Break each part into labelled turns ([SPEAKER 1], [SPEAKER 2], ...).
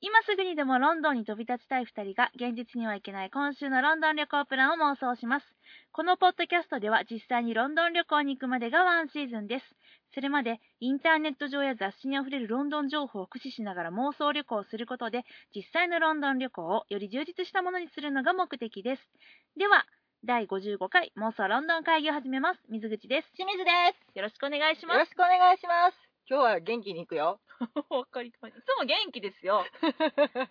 [SPEAKER 1] 今すぐにでもロンドンに飛び立ちたい2人が現実には行けない今週のロンドン旅行プランを妄想しますこのポッドキャストでは実際にロンドン旅行に行くまでがワンシーズンですそれまでインターネット上や雑誌にあふれるロンドン情報を駆使しながら妄想旅行をすることで実際のロンドン旅行をより充実したものにするのが目的ですでは第55回妄想ロンドン会議を始めます水口です
[SPEAKER 2] 清水で
[SPEAKER 1] よろしくお願いし
[SPEAKER 2] す。
[SPEAKER 1] ま
[SPEAKER 2] よろ
[SPEAKER 1] す
[SPEAKER 2] しくお願いします。今日は元気に行くよ。
[SPEAKER 1] わかりましたいつも元気です よ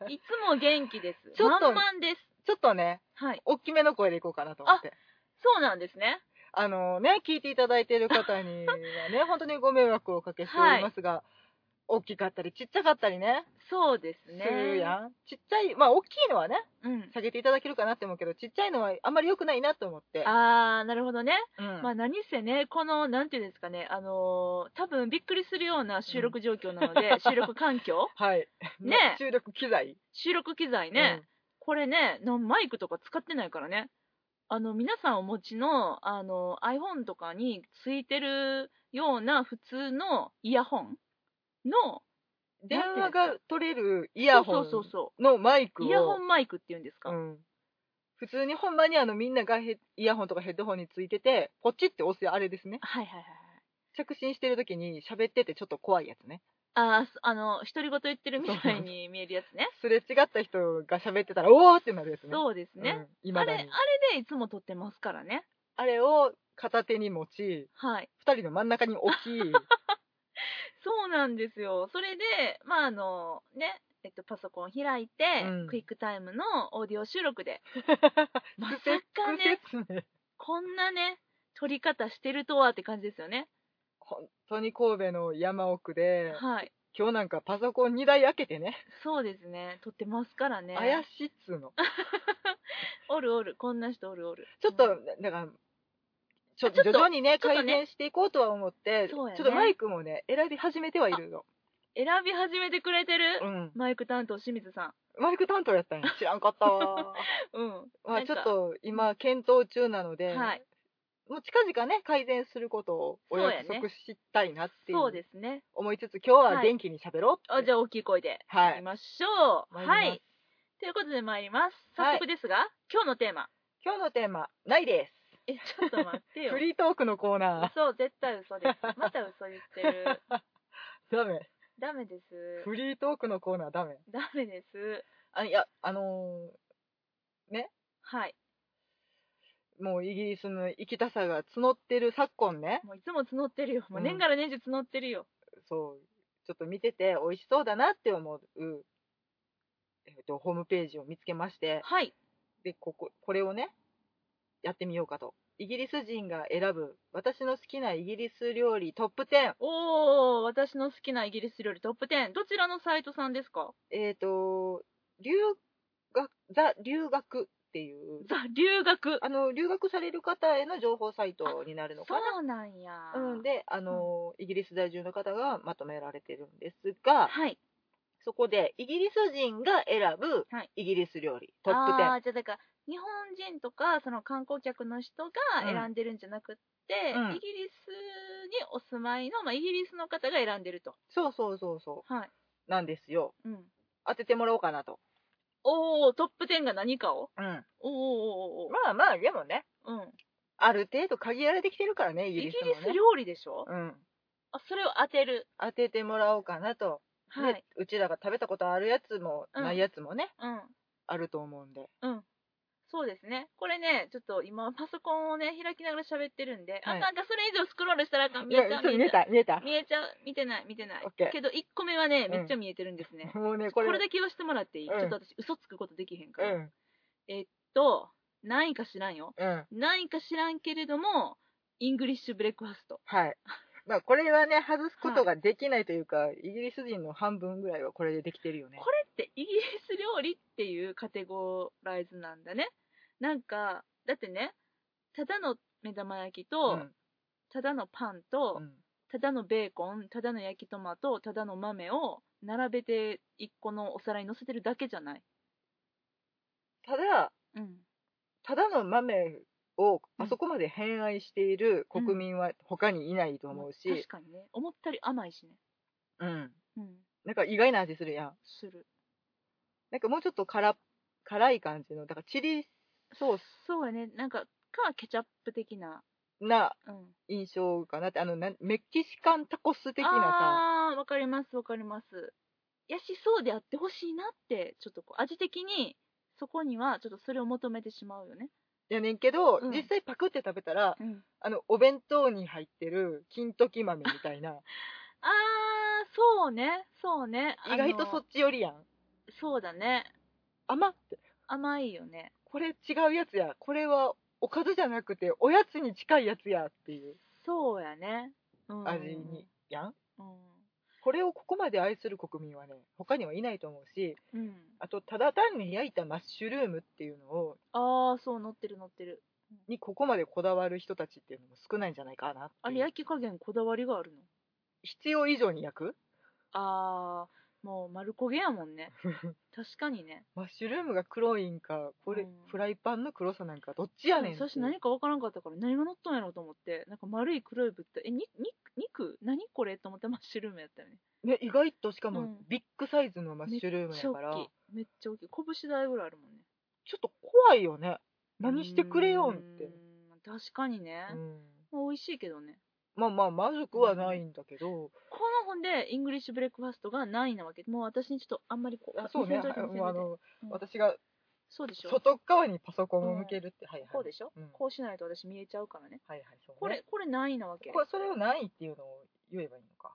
[SPEAKER 1] いつも元気です
[SPEAKER 2] ちょっと
[SPEAKER 1] 満々です
[SPEAKER 2] ちょっとね、
[SPEAKER 1] はい
[SPEAKER 2] 大きめの声で行こうかなと思って。
[SPEAKER 1] そうなんですね
[SPEAKER 2] あのね、聞いていただいている方に はね、本当にご迷惑をおかけしておりますが、大きかったりちっちゃかったりね、
[SPEAKER 1] そうです
[SPEAKER 2] す
[SPEAKER 1] ね
[SPEAKER 2] るやん。ちっちゃい、まあ大きいのはね、
[SPEAKER 1] うん
[SPEAKER 2] 下げていただけるかなって思うけど、ちっちゃいのはあんまり良くないなと思って。
[SPEAKER 1] あーなるほどね、
[SPEAKER 2] うん
[SPEAKER 1] まあ何せねこのなんていうんですかねあのー多分びっくりするような収録状況なので、収録環境
[SPEAKER 2] はい。
[SPEAKER 1] ねえ
[SPEAKER 2] 収録機材。
[SPEAKER 1] 収録機材ね、これねのマイクとか使ってないからねあの皆さんお持ちのあの iPhone とかについてるような普通のイヤホンの
[SPEAKER 2] うん電
[SPEAKER 1] な
[SPEAKER 2] 話
[SPEAKER 1] んていうん
[SPEAKER 2] が取れるイ
[SPEAKER 1] イ
[SPEAKER 2] ヤホン
[SPEAKER 1] そうそうそ
[SPEAKER 2] のマイク
[SPEAKER 1] う
[SPEAKER 2] を。
[SPEAKER 1] イヤホンマイクっていうんですか、
[SPEAKER 2] うん、普通にほんまにあのみんながヘイヤホンとかヘッドホンについててポチって押すあれですね
[SPEAKER 1] はいはいはいはい
[SPEAKER 2] 着信してる時に喋っててちょっと怖いやつね
[SPEAKER 1] あーそあの独り言言ってるみたいに見えるやつね
[SPEAKER 2] すれ違った人が喋ってたらおおってなるやつね
[SPEAKER 1] そうですね、
[SPEAKER 2] うん、未
[SPEAKER 1] あ
[SPEAKER 2] だ
[SPEAKER 1] れ
[SPEAKER 2] に
[SPEAKER 1] あれでいつも撮ってますからね
[SPEAKER 2] あれを片手に持ち
[SPEAKER 1] はい
[SPEAKER 2] 2人の真ん中に置 き
[SPEAKER 1] そうなんですよそれでまああのねえっと、パソコン開いて、
[SPEAKER 2] うん
[SPEAKER 1] クイックタイムのオーディオ収録でまさかね
[SPEAKER 2] 癖癖ね
[SPEAKER 1] こんなね、撮り方してるとはって感じですよね。
[SPEAKER 2] 本当に神戸の山奥で
[SPEAKER 1] はい。
[SPEAKER 2] 今日なんかパソコン2台開けてね
[SPEAKER 1] そうですね。撮ってますからね。
[SPEAKER 2] 怪しいっつうの
[SPEAKER 1] おるおる。こんな人おるおる。
[SPEAKER 2] ちょっと、
[SPEAKER 1] うん
[SPEAKER 2] だから、ちょ
[SPEAKER 1] ちょっと
[SPEAKER 2] 徐々にね、
[SPEAKER 1] ちょっと
[SPEAKER 2] 改
[SPEAKER 1] ね
[SPEAKER 2] 善していこうとは思って、ち
[SPEAKER 1] そう
[SPEAKER 2] ょ
[SPEAKER 1] や
[SPEAKER 2] っ
[SPEAKER 1] ね
[SPEAKER 2] とマイクもね、選び始めてはいるの。
[SPEAKER 1] 選び始めてくれてる、
[SPEAKER 2] うん。
[SPEAKER 1] マイク担当清水さ
[SPEAKER 2] マイク担当やったんや。知らんかったわ。
[SPEAKER 1] ん。うん。
[SPEAKER 2] ま
[SPEAKER 1] な
[SPEAKER 2] あ
[SPEAKER 1] ん
[SPEAKER 2] ち
[SPEAKER 1] か
[SPEAKER 2] ょっと今、検討中なので、
[SPEAKER 1] はい。
[SPEAKER 2] もう近々ね、改善することをお約
[SPEAKER 1] そうや
[SPEAKER 2] 束したいなっていう
[SPEAKER 1] そうですね。
[SPEAKER 2] 思いつつ、今日
[SPEAKER 1] は
[SPEAKER 2] はい元気に喋ろう
[SPEAKER 1] あ、
[SPEAKER 2] って。
[SPEAKER 1] じゃあ大きい声で。
[SPEAKER 2] はい
[SPEAKER 1] 行きましょう。
[SPEAKER 2] 参ります
[SPEAKER 1] はい。ということで参ります。
[SPEAKER 2] は
[SPEAKER 1] 早
[SPEAKER 2] い
[SPEAKER 1] 速ですが、今日のテーマ。
[SPEAKER 2] 今日のテーマ、ないで
[SPEAKER 1] え、ちょっと待って
[SPEAKER 2] す。
[SPEAKER 1] よ
[SPEAKER 2] フ。リートークのコーナ
[SPEAKER 1] 嘘、絶対嘘です。また嘘言って る。
[SPEAKER 2] ー。ダメ。
[SPEAKER 1] ダメです。
[SPEAKER 2] フリートークのコーナーダメ。
[SPEAKER 1] ダメです。
[SPEAKER 2] あいや、あの
[SPEAKER 1] はい。
[SPEAKER 2] ーもうイギリスの生きたさが募ってる昨今ね。
[SPEAKER 1] もういつも募ってるよ。もう
[SPEAKER 2] う
[SPEAKER 1] 年
[SPEAKER 2] ん
[SPEAKER 1] から年中募ってるよ。
[SPEAKER 2] そう、ちょっと見てて美味しそうだなって思う、えっと、ホームページを見つけまして、
[SPEAKER 1] はい。
[SPEAKER 2] で、ここ、これをね、やってみようかと。イギリス人が選ぶ私の好きなイギリス料理トップ10。
[SPEAKER 1] おお、私の好きなイギリス料理トップ10。どちらのサイトさんですか
[SPEAKER 2] えっ、と、留学、ザ・留学っていう、
[SPEAKER 1] ザ・留学。
[SPEAKER 2] あの、留学される方への情報サイトになるのかな。
[SPEAKER 1] そうなんや。
[SPEAKER 2] うん、で、あの、イギリス在住の方がまとめられてるんですが、
[SPEAKER 1] はい。
[SPEAKER 2] そこでイギリス人が選ぶ
[SPEAKER 1] はい
[SPEAKER 2] イギリス料理、トップ10。
[SPEAKER 1] ああ、じゃあだから、日本人とか、その観光客の人が
[SPEAKER 2] うん
[SPEAKER 1] 選んでるんじゃなくって、
[SPEAKER 2] うん
[SPEAKER 1] イギリスにお住まいの、まあ、イギリスの方が選んでると。
[SPEAKER 2] そうそうそうそ
[SPEAKER 1] はい。
[SPEAKER 2] う。なんですよ。
[SPEAKER 1] うん。
[SPEAKER 2] 当ててもらおうかなと。
[SPEAKER 1] おお、トップ10が何かを
[SPEAKER 2] うん。
[SPEAKER 1] おーおーおーおー
[SPEAKER 2] まあまあ、でもね、
[SPEAKER 1] うん。
[SPEAKER 2] ある程度限られてきてるからね、イ
[SPEAKER 1] イ
[SPEAKER 2] ギ
[SPEAKER 1] ギ
[SPEAKER 2] リ
[SPEAKER 1] リ
[SPEAKER 2] スも、ね。
[SPEAKER 1] ス料理でしょ、
[SPEAKER 2] うん。
[SPEAKER 1] あ、それを当てる。
[SPEAKER 2] 当ててもらおうかなと。で
[SPEAKER 1] はい。
[SPEAKER 2] うちらが食べたことあるやつも、
[SPEAKER 1] うん
[SPEAKER 2] ないやつもね、
[SPEAKER 1] うん。
[SPEAKER 2] あると思うんで。
[SPEAKER 1] そうですね。これね、ちょっと今、パソコンをね、開きながら喋ってるんで、
[SPEAKER 2] は
[SPEAKER 1] あ
[SPEAKER 2] い
[SPEAKER 1] かんあかん、それ以上スクロールしたらあかん、見
[SPEAKER 2] い
[SPEAKER 1] え
[SPEAKER 2] や
[SPEAKER 1] ちゃう、
[SPEAKER 2] そう見え
[SPEAKER 1] ちゃ
[SPEAKER 2] た、見えた
[SPEAKER 1] う。見えちゃう、見てない、見てない
[SPEAKER 2] オッケ。ー
[SPEAKER 1] けど、1個目はね、
[SPEAKER 2] ん
[SPEAKER 1] めっちゃ見えてるんですね。
[SPEAKER 2] もうね、
[SPEAKER 1] こ
[SPEAKER 2] こ
[SPEAKER 1] れ
[SPEAKER 2] れ。
[SPEAKER 1] だけ言わせてもらっていい、
[SPEAKER 2] うん
[SPEAKER 1] ちょっと私、嘘つくことできへんか
[SPEAKER 2] う
[SPEAKER 1] ら。
[SPEAKER 2] ん。
[SPEAKER 1] と、何位か知らんよ。
[SPEAKER 2] うん。
[SPEAKER 1] 何位か知らんけれども、イングリッシュブレックファスト。
[SPEAKER 2] はい。まあ、これはね、外すことができないというか、イギリス人の半分ぐらいはこれでできてるよね
[SPEAKER 1] こ。れってイギリス料理っていうカテゴライズなんだね。なんか、だってね、ただの目玉焼きと、
[SPEAKER 2] うん
[SPEAKER 1] ただのパンと、
[SPEAKER 2] うん
[SPEAKER 1] ただのベーコンただの焼きトマトただの豆を並べて一個のお皿に乗せてるだけじゃない、
[SPEAKER 2] ただ、
[SPEAKER 1] うん、
[SPEAKER 2] ただの豆をあそこまで偏愛している国民は他にいないと思うし、
[SPEAKER 1] 確かにね思ったより甘いしね
[SPEAKER 2] うん
[SPEAKER 1] うん
[SPEAKER 2] なんか意外な味するやん
[SPEAKER 1] する
[SPEAKER 2] なんかもうちょっと辛辛い感じのだからチリソース
[SPEAKER 1] そうやねなんかかケチャップ的な
[SPEAKER 2] な
[SPEAKER 1] うん
[SPEAKER 2] 印象かなってあのなんメキシカンタコス的なさ
[SPEAKER 1] ああーわかりますわかりますやしそうであってほしいなってちょっとこう味的にそこにはちょっとそれを求めてしまうよね
[SPEAKER 2] やねんけど、
[SPEAKER 1] うん
[SPEAKER 2] 実際パクって食べたら
[SPEAKER 1] うん
[SPEAKER 2] あのお弁当に入ってる金時豆みたいな
[SPEAKER 1] あーそうねそうね
[SPEAKER 2] 意外とそ
[SPEAKER 1] あの
[SPEAKER 2] っち寄りやん
[SPEAKER 1] そうだね
[SPEAKER 2] 甘って
[SPEAKER 1] 甘いよね
[SPEAKER 2] これ違うやつやこれはおかずじゃなくておやつに近いやつやっていう
[SPEAKER 1] そうやね、うん、
[SPEAKER 2] 味に、やん
[SPEAKER 1] うん
[SPEAKER 2] これをここまで愛する国民はね他にはいないと思うし
[SPEAKER 1] うん、
[SPEAKER 2] あとただ単に焼いたマッシュルームっていうのを
[SPEAKER 1] ああそう乗ってる乗ってる
[SPEAKER 2] にここまでこだわる人たちっていうのも少ないんじゃないかなっていう
[SPEAKER 1] あれ焼き加減こだわりがあるの
[SPEAKER 2] 必要以上に焼く
[SPEAKER 1] あーもう丸焦げやもんね確かにね
[SPEAKER 2] マッシュルームが黒いんかこれ、
[SPEAKER 1] うん
[SPEAKER 2] フライパンの黒さなんかどっちやねん
[SPEAKER 1] うん
[SPEAKER 2] って
[SPEAKER 1] 最初何かわからんかったから何が乗っとんやろうと思ってなんか丸い黒い物体えにに肉何これと思ってマッシュルームやったよね
[SPEAKER 2] ね、意外としか
[SPEAKER 1] う
[SPEAKER 2] も
[SPEAKER 1] ん
[SPEAKER 2] ビッグサイズのマッシュルーム
[SPEAKER 1] めっちゃ
[SPEAKER 2] やから、
[SPEAKER 1] 大きいめっちゃ大きい拳台ぐらいあるもんね
[SPEAKER 2] ちょっと怖いよね何してくれよんって
[SPEAKER 1] うーん確かにね、
[SPEAKER 2] うん
[SPEAKER 1] まあ美味しいけどね
[SPEAKER 2] まあまあまずくはないんだけど、
[SPEAKER 1] この本でイングリッシュブレックファーストが何位なわけもう私にちょっとあんまりこう
[SPEAKER 2] あそうね
[SPEAKER 1] 見せんといて見せんといて
[SPEAKER 2] あの、
[SPEAKER 1] うん
[SPEAKER 2] 私が
[SPEAKER 1] そうでしょ
[SPEAKER 2] 外側にパソコンを向けるって、はいはい
[SPEAKER 1] こうでしょ、
[SPEAKER 2] うん
[SPEAKER 1] こうしないと私見えちゃうからね
[SPEAKER 2] はいはいそうね
[SPEAKER 1] これこれ何位なわけ
[SPEAKER 2] これそれをないっていうのを言えばいいのか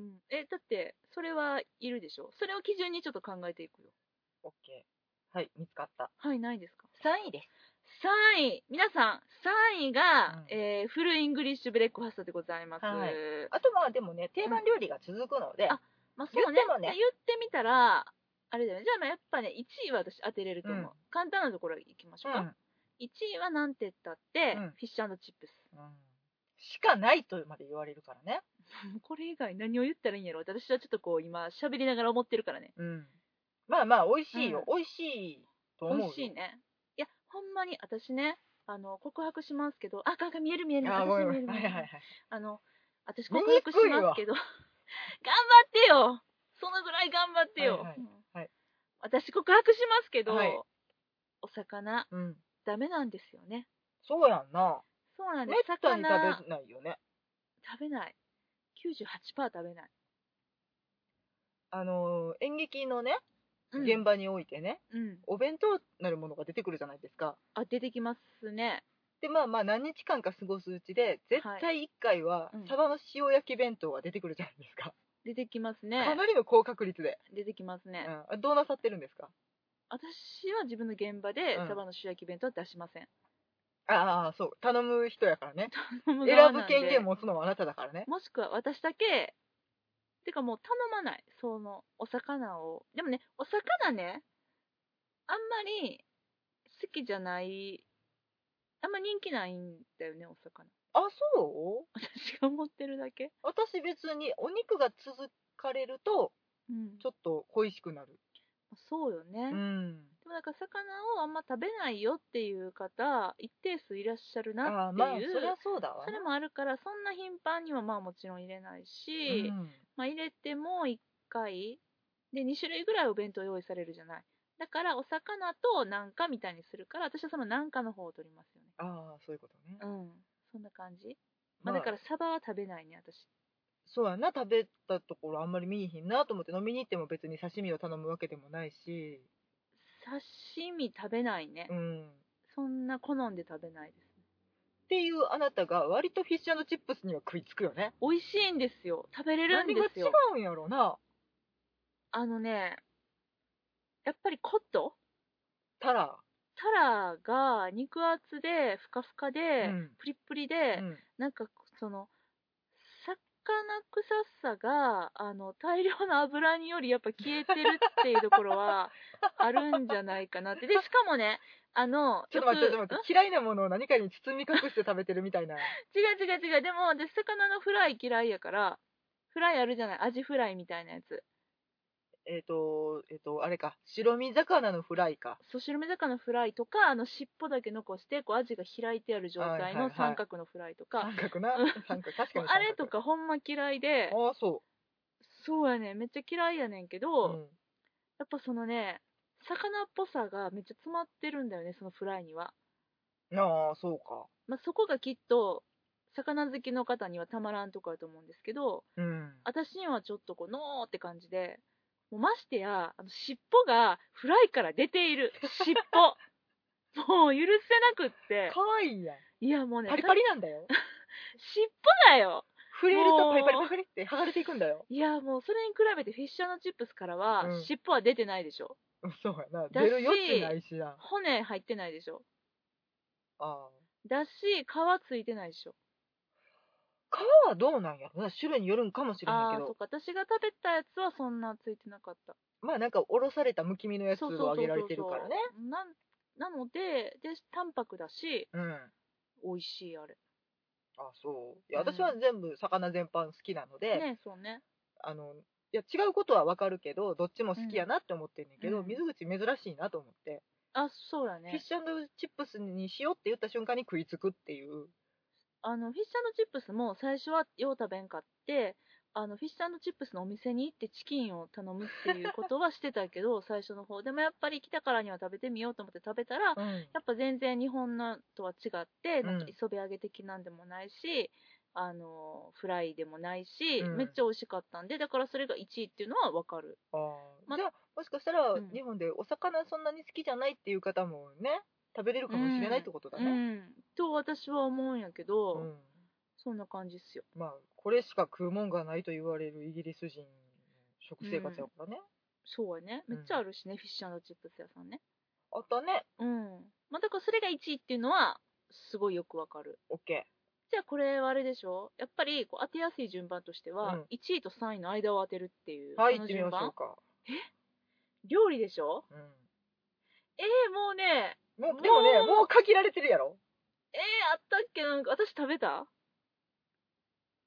[SPEAKER 1] うん、えだってそれはいるでしょそれを基準にちょっと考えていくよ
[SPEAKER 2] OK はい見つかった
[SPEAKER 1] はいないですか
[SPEAKER 2] 3位です
[SPEAKER 1] 3位皆さん3位が、
[SPEAKER 2] うん
[SPEAKER 1] えーフルイングリッシュブレックファーストでございます、
[SPEAKER 2] はいあとまあでもね定番料理が続くので、
[SPEAKER 1] んあまあそうね
[SPEAKER 2] 言ってもね
[SPEAKER 1] 言ってみたらあれだよねじゃあまあやっぱね1位は私当てれると思う、
[SPEAKER 2] うん
[SPEAKER 1] 簡単なところいきましょうか、
[SPEAKER 2] うん
[SPEAKER 1] 1位はなんて言ったって、
[SPEAKER 2] うん
[SPEAKER 1] フィッシュチップス
[SPEAKER 2] うんしかないとまで言われるからね、
[SPEAKER 1] もうこれ以外何を言ったらいいんやろ私はちょっとこう今喋りながら思ってるからね
[SPEAKER 2] うん、まあまあ美味しいよ、美味しいと思う
[SPEAKER 1] 美
[SPEAKER 2] よ
[SPEAKER 1] 味しいねいやほんまに私ねあの告白しますけどあかんかん見える見える
[SPEAKER 2] あごめ
[SPEAKER 1] 私
[SPEAKER 2] んご
[SPEAKER 1] 見える
[SPEAKER 2] めん
[SPEAKER 1] 見え
[SPEAKER 2] はい
[SPEAKER 1] る、
[SPEAKER 2] はいはい
[SPEAKER 1] あの私
[SPEAKER 2] 見
[SPEAKER 1] 告
[SPEAKER 2] に
[SPEAKER 1] 白
[SPEAKER 2] く
[SPEAKER 1] し
[SPEAKER 2] いわ
[SPEAKER 1] ますけど 頑張ってよそのぐらい頑張ってよ、
[SPEAKER 2] はいはい
[SPEAKER 1] うん
[SPEAKER 2] はい
[SPEAKER 1] 私告白しますけど、
[SPEAKER 2] はい
[SPEAKER 1] お魚
[SPEAKER 2] うん
[SPEAKER 1] ダメなんですよね
[SPEAKER 2] そうやんな
[SPEAKER 1] そうなんで
[SPEAKER 2] めっ
[SPEAKER 1] す
[SPEAKER 2] たに食べ
[SPEAKER 1] 魚
[SPEAKER 2] ないよね
[SPEAKER 1] 食べない98%食べない、
[SPEAKER 2] あのー演劇のね
[SPEAKER 1] うん
[SPEAKER 2] 現場においてね、
[SPEAKER 1] うん、
[SPEAKER 2] お弁当なるものが出てくるじゃないですか
[SPEAKER 1] あ出てきますね
[SPEAKER 2] でまあまあ何日間か過ごすうちで絶対1回は
[SPEAKER 1] うん
[SPEAKER 2] サバの塩焼き弁当が出てくるじゃないですか、
[SPEAKER 1] 出てきます
[SPEAKER 2] か
[SPEAKER 1] ね
[SPEAKER 2] なりの高確率で、
[SPEAKER 1] 出てきますね、
[SPEAKER 2] うんあ、どうなさってるんですか
[SPEAKER 1] 私は自分の現場で
[SPEAKER 2] うん
[SPEAKER 1] サバの塩焼き弁当は出しません、
[SPEAKER 2] ああそう頼む人やからね
[SPEAKER 1] 頼む側
[SPEAKER 2] 選
[SPEAKER 1] なん
[SPEAKER 2] ぶ
[SPEAKER 1] で
[SPEAKER 2] 権限持つのはあなただからね
[SPEAKER 1] もしくは私だけ、てかもう頼まない、そのお魚を。でもね、お魚ね、あんまり好きじゃない、あんま人気ないんだよね、お魚。
[SPEAKER 2] あそう
[SPEAKER 1] 私が思ってるだけ。
[SPEAKER 2] 私別にお肉が続かれると
[SPEAKER 1] うん、
[SPEAKER 2] ちょっと恋しくなる
[SPEAKER 1] そうよね。で
[SPEAKER 2] うん
[SPEAKER 1] もなんか魚をあんま食べないよっていう方、一定数いらっしゃるな
[SPEAKER 2] あ
[SPEAKER 1] っ
[SPEAKER 2] ー
[SPEAKER 1] て
[SPEAKER 2] まあ
[SPEAKER 1] いう。
[SPEAKER 2] そりゃそうだわ
[SPEAKER 1] それもあるから、そんな頻繁にはまあもちろん入れないし、
[SPEAKER 2] うん
[SPEAKER 1] まあ、入れても1回で2種類ぐらいお弁当用意されるじゃないだからお魚となんかみたいにするから私はそのなんかの方を取りますよね
[SPEAKER 2] ああそういうことね、
[SPEAKER 1] うんそんな感じ、ま
[SPEAKER 2] ま
[SPEAKER 1] あ、
[SPEAKER 2] あ、
[SPEAKER 1] だからサバは食べないね私
[SPEAKER 2] そうやな食べたところあんまり見えひんなと思って飲みに行っても別に刺身を頼むわけでもないし
[SPEAKER 1] 刺身食べないね、
[SPEAKER 2] うんっ
[SPEAKER 1] そんな好んで食べないですね
[SPEAKER 2] ていうあなたが割とフィッシュチップスには食いつくよね
[SPEAKER 1] 美味しいんですよ食べれるんで
[SPEAKER 2] 何が違
[SPEAKER 1] すよ
[SPEAKER 2] うんやろな
[SPEAKER 1] あのねやっぱりコット
[SPEAKER 2] たら、
[SPEAKER 1] タラが肉厚でふかふかで、
[SPEAKER 2] うん
[SPEAKER 1] プリップリで、
[SPEAKER 2] うん
[SPEAKER 1] なんかその魚臭さがあの大量の油によりやっぱ消えてるっていうところ はあるんじゃないかなってでしかもねあの
[SPEAKER 2] ちょっと待ってちょっと待
[SPEAKER 1] よ
[SPEAKER 2] って嫌いなものを何かに包み隠して食べてるみ たいな
[SPEAKER 1] く違う違う違うでも私魚のフライ嫌いやからフライあるじゃないアジフライみたいなやつ
[SPEAKER 2] えっとえっ、とあれか白身魚のフライか
[SPEAKER 1] そう白身魚のフライとかあの尻尾だけ残してこうアジが開いてある状
[SPEAKER 2] はい
[SPEAKER 1] 態
[SPEAKER 2] はいは
[SPEAKER 1] の
[SPEAKER 2] い
[SPEAKER 1] 三角のフライとか、
[SPEAKER 2] 三角な
[SPEAKER 1] うん
[SPEAKER 2] 三角確か
[SPEAKER 1] もう
[SPEAKER 2] に
[SPEAKER 1] あれと
[SPEAKER 2] あ
[SPEAKER 1] かほんま嫌いで
[SPEAKER 2] あーそ
[SPEAKER 1] そうやねめっちゃ嫌いやねんけ
[SPEAKER 2] う、
[SPEAKER 1] ど、
[SPEAKER 2] うん
[SPEAKER 1] やっぱそのね、魚っぽさがめっちゃ詰まってるんだよねそのフライには、
[SPEAKER 2] ああそうか
[SPEAKER 1] まあ、そこがきっと魚好きの方にはたまらんとこだと思うんですけど
[SPEAKER 2] うん
[SPEAKER 1] 私にはちょっとこうノーって感じでもうましてやあの尻尾がフライから出ている尻 尾もう許せなくって
[SPEAKER 2] かわいいやん
[SPEAKER 1] いやもうね
[SPEAKER 2] パリパリなんだよ
[SPEAKER 1] 尻尾だよ
[SPEAKER 2] 触れると
[SPEAKER 1] もう
[SPEAKER 2] パリパリパリパリって剥がれていくんだよ
[SPEAKER 1] いやもうそれに比べてフィッシャーのチップスからは、
[SPEAKER 2] うん
[SPEAKER 1] 尻尾は出てないでしょ
[SPEAKER 2] うんそうや
[SPEAKER 1] だ
[SPEAKER 2] な
[SPEAKER 1] し
[SPEAKER 2] 出る余地ないしな
[SPEAKER 1] 骨入ってないでしょ
[SPEAKER 2] ああ
[SPEAKER 1] だし皮ついてないでしょ
[SPEAKER 2] 皮はどうなんやろな種類によるんかもしれ
[SPEAKER 1] あ
[SPEAKER 2] な
[SPEAKER 1] あ
[SPEAKER 2] い
[SPEAKER 1] ー
[SPEAKER 2] け
[SPEAKER 1] そ
[SPEAKER 2] ど
[SPEAKER 1] うか私が食べたやつはそんなついてなかった
[SPEAKER 2] まあなんかおろされたむき身のやつ
[SPEAKER 1] そう
[SPEAKER 2] をあげられてるからね
[SPEAKER 1] そうそうなんなのでで淡白だし
[SPEAKER 2] うん
[SPEAKER 1] 美味しいあれ
[SPEAKER 2] あそういや
[SPEAKER 1] うん
[SPEAKER 2] 私は全部魚全般好きなので、
[SPEAKER 1] ねそうね
[SPEAKER 2] あのいや違うことはわかるけどどっちも好きやなって思ってんねんけど、
[SPEAKER 1] うん
[SPEAKER 2] 水口珍しいなと思って、
[SPEAKER 1] あそうだ
[SPEAKER 2] フィッ
[SPEAKER 1] ね
[SPEAKER 2] シュチップスにしようって言った瞬間に食いつくっていう
[SPEAKER 1] あのフィッシャーのチップスも最初はよう食べんかってあのフィッシャーのチップスのお店に行ってチキンを頼むっていうことはしてたけど最初の方でもやっぱり来たからには食べてみようと思って食べたら
[SPEAKER 2] うん
[SPEAKER 1] やっぱ全然日本のとは違って、なんか
[SPEAKER 2] うん
[SPEAKER 1] 磯辺揚げ的なんでもないし、あのフライでもないし、
[SPEAKER 2] うん
[SPEAKER 1] めっちゃ美味しかったんで、だからそれが1位っていうのはわかる。
[SPEAKER 2] あー
[SPEAKER 1] ま
[SPEAKER 2] じゃあもしかしたら
[SPEAKER 1] うん
[SPEAKER 2] 日本でお魚そんなに好きじゃないっていう方もね食べれるかもしれないってことだ
[SPEAKER 1] う
[SPEAKER 2] ね、
[SPEAKER 1] ん、と私は思うんやけ
[SPEAKER 2] う
[SPEAKER 1] ど、
[SPEAKER 2] ん
[SPEAKER 1] そんな感じっすよ。
[SPEAKER 2] まあこれしか食うもんがないと言われるイギリス人の食生活やからね、
[SPEAKER 1] そうやね。めっちゃあるしね、フィッシュチップス屋さんね。
[SPEAKER 2] あったね
[SPEAKER 1] うん。まあ、だからそれが1位っていうのは、すごいよくわかる。
[SPEAKER 2] オッケ
[SPEAKER 1] じゃあこれはあれでしょやっぱりこう当てやすい順番としては、
[SPEAKER 2] うん
[SPEAKER 1] 1位と3位の間を当てるっていう、
[SPEAKER 2] ーは
[SPEAKER 1] こ
[SPEAKER 2] い行
[SPEAKER 1] の
[SPEAKER 2] って
[SPEAKER 1] 順
[SPEAKER 2] みましょう
[SPEAKER 1] 番
[SPEAKER 2] か、
[SPEAKER 1] 料理でしょ
[SPEAKER 2] うん
[SPEAKER 1] えー、もうね、
[SPEAKER 2] もうでもね
[SPEAKER 1] もう
[SPEAKER 2] もう限られてるやろ
[SPEAKER 1] えー、あったっけなんか私食べた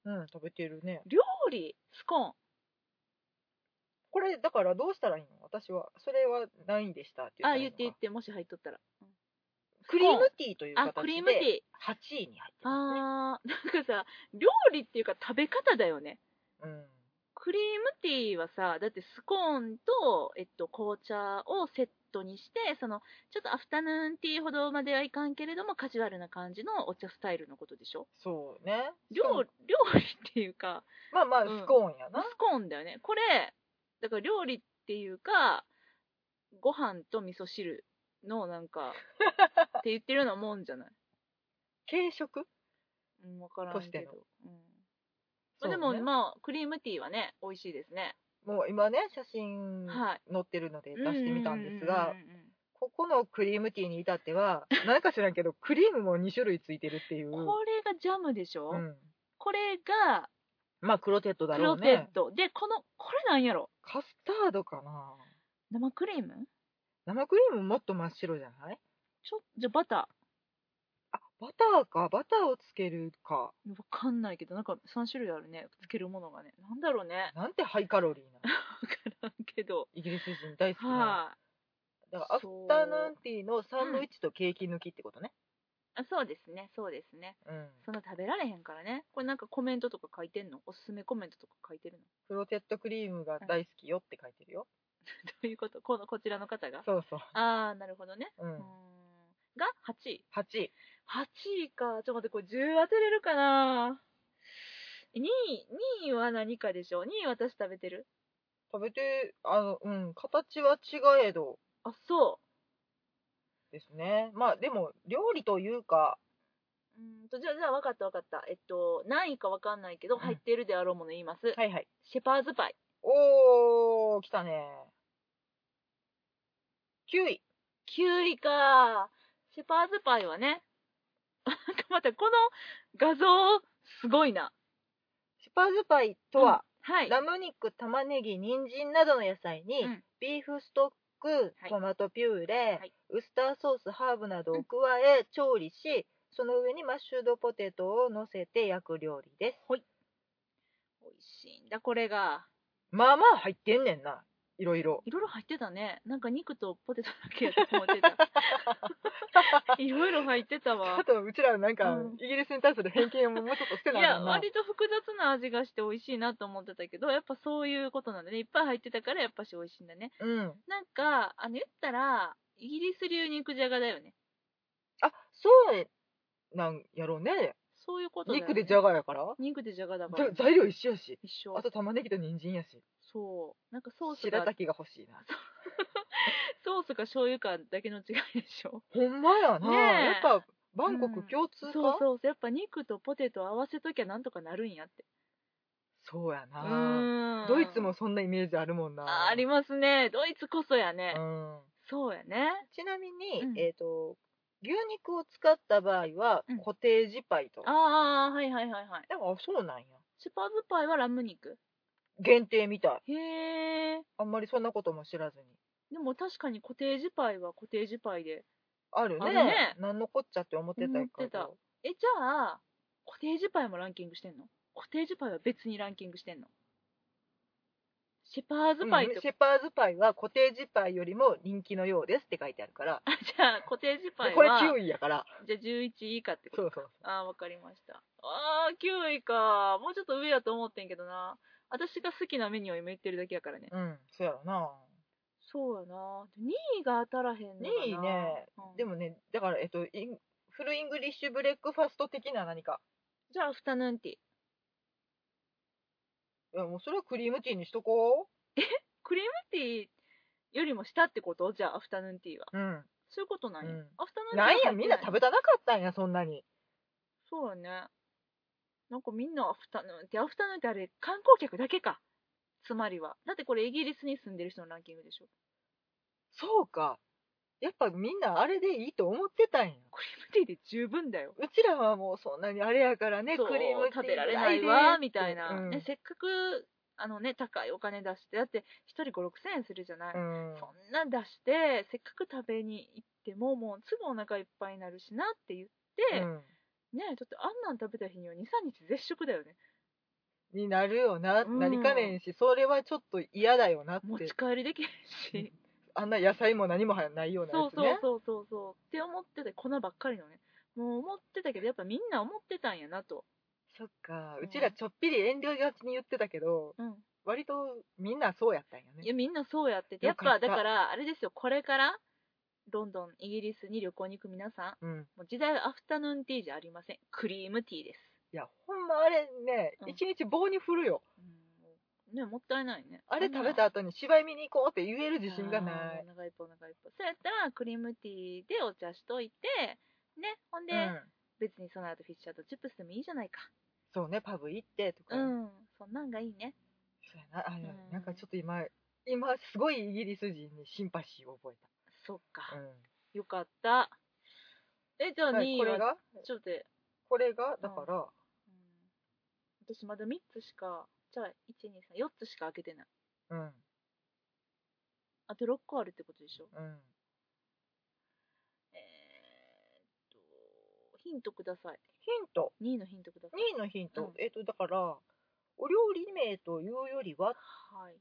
[SPEAKER 2] うん食べてるね
[SPEAKER 1] 料理スコーン
[SPEAKER 2] これだからどうしたらいいの私はそれはないんでしたって
[SPEAKER 1] あ言って言
[SPEAKER 2] いいの
[SPEAKER 1] っ
[SPEAKER 2] か
[SPEAKER 1] てもし入っとったら、
[SPEAKER 2] クリームティーという
[SPEAKER 1] あ
[SPEAKER 2] 形
[SPEAKER 1] クリームティ
[SPEAKER 2] で
[SPEAKER 1] ー
[SPEAKER 2] 8位に入ってますね
[SPEAKER 1] あーなんか さ料理っていうか食べ方だよね
[SPEAKER 2] うん
[SPEAKER 1] クリームティーはさだってスコーンと、えっと、紅茶をセットにしてそのちょっとアフタヌーンティーほどまではいかんけれどもカジュアルな感じのお茶スタイルのことでしょ
[SPEAKER 2] そうね
[SPEAKER 1] 料料理
[SPEAKER 2] 理
[SPEAKER 1] っていうか
[SPEAKER 2] まあまあ
[SPEAKER 1] うん
[SPEAKER 2] スコーンやな、
[SPEAKER 1] スコーンだよねこれだから料理っていうかご飯と味噌汁のなん かって言ってるようなもんじゃない
[SPEAKER 2] 軽食
[SPEAKER 1] うん分からん
[SPEAKER 2] とし
[SPEAKER 1] け
[SPEAKER 2] て
[SPEAKER 1] ど
[SPEAKER 2] の、
[SPEAKER 1] うんまあで
[SPEAKER 2] そう
[SPEAKER 1] も
[SPEAKER 2] ね
[SPEAKER 1] まあクリームティーはね美味しいですね
[SPEAKER 2] もう今ね写真
[SPEAKER 1] は
[SPEAKER 2] 載
[SPEAKER 1] い
[SPEAKER 2] ってるので出してみたんですが
[SPEAKER 1] うんうんうんうん
[SPEAKER 2] ここのクリームティーに至っては 何か知らんけどクリームも2種類ついてるっていう、
[SPEAKER 1] これがジャムでしょ、
[SPEAKER 2] うん、
[SPEAKER 1] これが
[SPEAKER 2] まあクロテッドだ
[SPEAKER 1] ク
[SPEAKER 2] ろ
[SPEAKER 1] ロ
[SPEAKER 2] う
[SPEAKER 1] テッ
[SPEAKER 2] ね
[SPEAKER 1] ド、でこのこれなんやろ
[SPEAKER 2] カスタードかな
[SPEAKER 1] 生クリーム
[SPEAKER 2] 生クリームもっと真っ白じゃない
[SPEAKER 1] ちょじゃあバタ
[SPEAKER 2] あバターかバターをつけるか
[SPEAKER 1] ーわかんないけどなんか3種類あるねつけるものがねなんだろうね
[SPEAKER 2] なんてハイカロリーな
[SPEAKER 1] 分からんけど
[SPEAKER 2] イギリス人大好きな
[SPEAKER 1] はい、
[SPEAKER 2] だからアフタヌーンティーのサンドイッチとケーキ抜きってことね
[SPEAKER 1] あそうですねそうですね
[SPEAKER 2] うん
[SPEAKER 1] そんな食べられへんからねこれなんかコメントとか書いてんのおすすめコメントとか書いてるの
[SPEAKER 2] クロテッドクリームが大好きよって書いてるよ
[SPEAKER 1] どういうことこのこちらの方が
[SPEAKER 2] そうそう
[SPEAKER 1] ああなるほどね
[SPEAKER 2] うん
[SPEAKER 1] うーんが8位
[SPEAKER 2] 8位
[SPEAKER 1] 8位かちょっと待ってこれ10当てれるかな2位2位は何かでしょう2位私食べてる
[SPEAKER 2] 食べてあのうん形は違えど
[SPEAKER 1] あそ
[SPEAKER 2] ですねまあでも料理というか
[SPEAKER 1] ううーんとじゃあじゃあ分かった分かったえっと何位か分かんないけど
[SPEAKER 2] うん
[SPEAKER 1] 入ってるであろうもの言います、
[SPEAKER 2] はいはい
[SPEAKER 1] シェパーズパイ
[SPEAKER 2] おー来たね9位
[SPEAKER 1] きゅうりかシェパーズパイはね なんかまたこの画像すごいな
[SPEAKER 2] シュパーズパイとは、
[SPEAKER 1] うんはい
[SPEAKER 2] ラム肉玉ねぎ人参などの野菜に、
[SPEAKER 1] うん
[SPEAKER 2] ビーフストック
[SPEAKER 1] はい
[SPEAKER 2] トマトピューレ、
[SPEAKER 1] はい
[SPEAKER 2] ウスターソースハーブなどを加え調理しその上にマッシュドポテトを乗せて焼く料理です
[SPEAKER 1] 美味しいんだこれが
[SPEAKER 2] まあまあ入ってんねんないろいろ。
[SPEAKER 1] いろいろ入ってたねなんか肉とポテトだけやと思って たいろいろ入ってたわ
[SPEAKER 2] あと、うちらなんか、
[SPEAKER 1] うん
[SPEAKER 2] イギリスに対する偏見ももうちょっとして
[SPEAKER 1] い
[SPEAKER 2] ない
[SPEAKER 1] や
[SPEAKER 2] もんな。
[SPEAKER 1] 割と複雑な味がして美味しいなと思ってたけどやっぱそういうことなんだねいっぱい入ってたからやっぱし美味しいんだね
[SPEAKER 2] うん。
[SPEAKER 1] なんかあの言ったらイギリス流肉じゃがだよね
[SPEAKER 2] あ、そうなんやろうね。
[SPEAKER 1] そういうことだよ、ね、
[SPEAKER 2] 肉でじゃがやから。
[SPEAKER 1] 肉でじゃがだか
[SPEAKER 2] じゃ
[SPEAKER 1] ら
[SPEAKER 2] 材料一緒やし。
[SPEAKER 1] 一緒
[SPEAKER 2] あと玉ねぎと人参やし。
[SPEAKER 1] そうなんかソース
[SPEAKER 2] 白
[SPEAKER 1] が
[SPEAKER 2] 滝が欲しいな。
[SPEAKER 1] ソースか醤油かだけの違いでし ょ
[SPEAKER 2] ほんまやな。
[SPEAKER 1] ねえ
[SPEAKER 2] やっぱ、バンコ
[SPEAKER 1] う
[SPEAKER 2] ク
[SPEAKER 1] ん
[SPEAKER 2] 共通
[SPEAKER 1] そう
[SPEAKER 2] か、
[SPEAKER 1] そうそうやっぱ肉とポテト合わせときゃなんとかなるんやって
[SPEAKER 2] そうや
[SPEAKER 1] う
[SPEAKER 2] な。
[SPEAKER 1] ーん
[SPEAKER 2] ドイツもそんなイメージあるもんな。
[SPEAKER 1] あありますねドイツこそやね、
[SPEAKER 2] うん
[SPEAKER 1] そうやね
[SPEAKER 2] ちなみに、
[SPEAKER 1] うん
[SPEAKER 2] えっ、と、牛肉を使った場合は
[SPEAKER 1] うん、
[SPEAKER 2] コテージパイと。
[SPEAKER 1] ああはいはいはいはい
[SPEAKER 2] でも、あそうなんや。
[SPEAKER 1] シュパーズパイはラム肉
[SPEAKER 2] 限定みたい。
[SPEAKER 1] へえ
[SPEAKER 2] あんまりそんなことも知らずに。
[SPEAKER 1] でも確かにコテージパイはコテージパイで
[SPEAKER 2] ある
[SPEAKER 1] あ
[SPEAKER 2] ね。
[SPEAKER 1] るね
[SPEAKER 2] なんのこっちゃって思ってた
[SPEAKER 1] 思って
[SPEAKER 2] け
[SPEAKER 1] た
[SPEAKER 2] ど。
[SPEAKER 1] えじゃあコテージパイもランキングしてんのコテージパイは別にランキングしてんのシェパーズパイって、
[SPEAKER 2] うんシェパーズパイはコテージパイよりも人気のようですって書いてあるから。
[SPEAKER 1] あじゃあコテージパイ
[SPEAKER 2] これ
[SPEAKER 1] は
[SPEAKER 2] 9位やから。
[SPEAKER 1] じゃあ11位以下ってこと
[SPEAKER 2] そうそう。
[SPEAKER 1] ああ、わかりました。ああ、9位か。もうちょっと上やと思ってんけどな。私が好きなメニューを今言ってるだけやからね。
[SPEAKER 2] うん、そうやろな。
[SPEAKER 1] そうやな。2位が当たらへんのかな。
[SPEAKER 2] 2位ね
[SPEAKER 1] うん
[SPEAKER 2] でもね、だから、えっと、インフルイングリッシュブレックファスト的な何か。
[SPEAKER 1] じゃあ、アフタヌーンティー。
[SPEAKER 2] いや、もうそれはクリームティーにしとこ
[SPEAKER 1] クリームティーよりも下ってことじゃあ、アフタヌーンティーは。
[SPEAKER 2] う。うん。
[SPEAKER 1] そういうことなんや。
[SPEAKER 2] うん
[SPEAKER 1] アフタヌーンティーは
[SPEAKER 2] なんや、
[SPEAKER 1] 入って
[SPEAKER 2] みんな食べたなかったんや、そんなに。
[SPEAKER 1] そうやね。なんかみんなアフタヌーンティー、アフタヌーンティーあれ、観光客だけか。つまりは。だってこれイギリスに住んでる人のランキングでしょ。
[SPEAKER 2] そうか。やっぱみんなあれでいいと思ってたんや。
[SPEAKER 1] クリームティーで十分だよ。
[SPEAKER 2] うちらはもうそんなにあれやからね、ク
[SPEAKER 1] そう
[SPEAKER 2] リームティー
[SPEAKER 1] 食べられない
[SPEAKER 2] ぐら
[SPEAKER 1] わ
[SPEAKER 2] で
[SPEAKER 1] みたいな、
[SPEAKER 2] うん
[SPEAKER 1] ね、せっかくあの、ね、高いお金出してだって1人5 6千円するじゃない、
[SPEAKER 2] うん
[SPEAKER 1] そんなん出してせっかく食べに行ってももうすぐお腹いっぱいになるしなって言って、
[SPEAKER 2] うん
[SPEAKER 1] ねちょっとあんなん食べた日には23日絶食だよね
[SPEAKER 2] になるよな、
[SPEAKER 1] うん
[SPEAKER 2] なりかねんし、それはちょっと嫌だよなっ
[SPEAKER 1] 持ち
[SPEAKER 2] て、
[SPEAKER 1] 帰りできへんし、
[SPEAKER 2] あんな野菜も何もないような
[SPEAKER 1] そ
[SPEAKER 2] や
[SPEAKER 1] うそう
[SPEAKER 2] つね。
[SPEAKER 1] そうそうそうって思ってて粉ばっかりのねもう思ってたけどやっぱみんな思ってたんやなと、
[SPEAKER 2] そっか、
[SPEAKER 1] うん
[SPEAKER 2] うちらちょっぴり遠慮がちに言ってたけど、
[SPEAKER 1] うん、
[SPEAKER 2] 割とみんなそうやったんや
[SPEAKER 1] い
[SPEAKER 2] ね。
[SPEAKER 1] やみんなそうやっててや
[SPEAKER 2] よ
[SPEAKER 1] っ
[SPEAKER 2] か
[SPEAKER 1] ぱ
[SPEAKER 2] った
[SPEAKER 1] だからあれですよこれからロンドンイギリスに旅行に行く皆さん
[SPEAKER 2] うん、
[SPEAKER 1] もう時代はアフタヌーンティーじゃありませんクリームティーです、
[SPEAKER 2] いや、ほんまあれね
[SPEAKER 1] う、ん
[SPEAKER 2] 一、日棒に振るよ。
[SPEAKER 1] うん、ねもったいないね
[SPEAKER 2] あれ食べた後に芝居見に行こうって言える自信がな
[SPEAKER 1] あー
[SPEAKER 2] い。
[SPEAKER 1] お腹いっぱいお腹いっぱいそうやったらクリームティーでお茶しといてねほんで、
[SPEAKER 2] うん、
[SPEAKER 1] 別にその後フィッシュとチップスでもいいじゃないか
[SPEAKER 2] そうね、パブ行ってとか。
[SPEAKER 1] うん、そんなんがいいね
[SPEAKER 2] そうやなあいや
[SPEAKER 1] うん
[SPEAKER 2] なんかちょっと今、今すごいイギリス人にシンパシーを覚え
[SPEAKER 1] そっか、
[SPEAKER 2] た。うん
[SPEAKER 1] よかったえじゃあ
[SPEAKER 2] は
[SPEAKER 1] 2
[SPEAKER 2] い、
[SPEAKER 1] 位
[SPEAKER 2] これ
[SPEAKER 1] は
[SPEAKER 2] が
[SPEAKER 1] ちょっと待って、
[SPEAKER 2] これがだから、
[SPEAKER 1] うん、私まだ3つしかじゃあ1234つしか開けてない
[SPEAKER 2] うん
[SPEAKER 1] あと6個あるってことでしょ
[SPEAKER 2] うん、
[SPEAKER 1] えーっとヒントください
[SPEAKER 2] ヒント
[SPEAKER 1] 2位のヒントください。
[SPEAKER 2] 2位のヒン
[SPEAKER 1] う
[SPEAKER 2] ト、
[SPEAKER 1] ん
[SPEAKER 2] えっ、とだからお料理名というよりは
[SPEAKER 1] はい。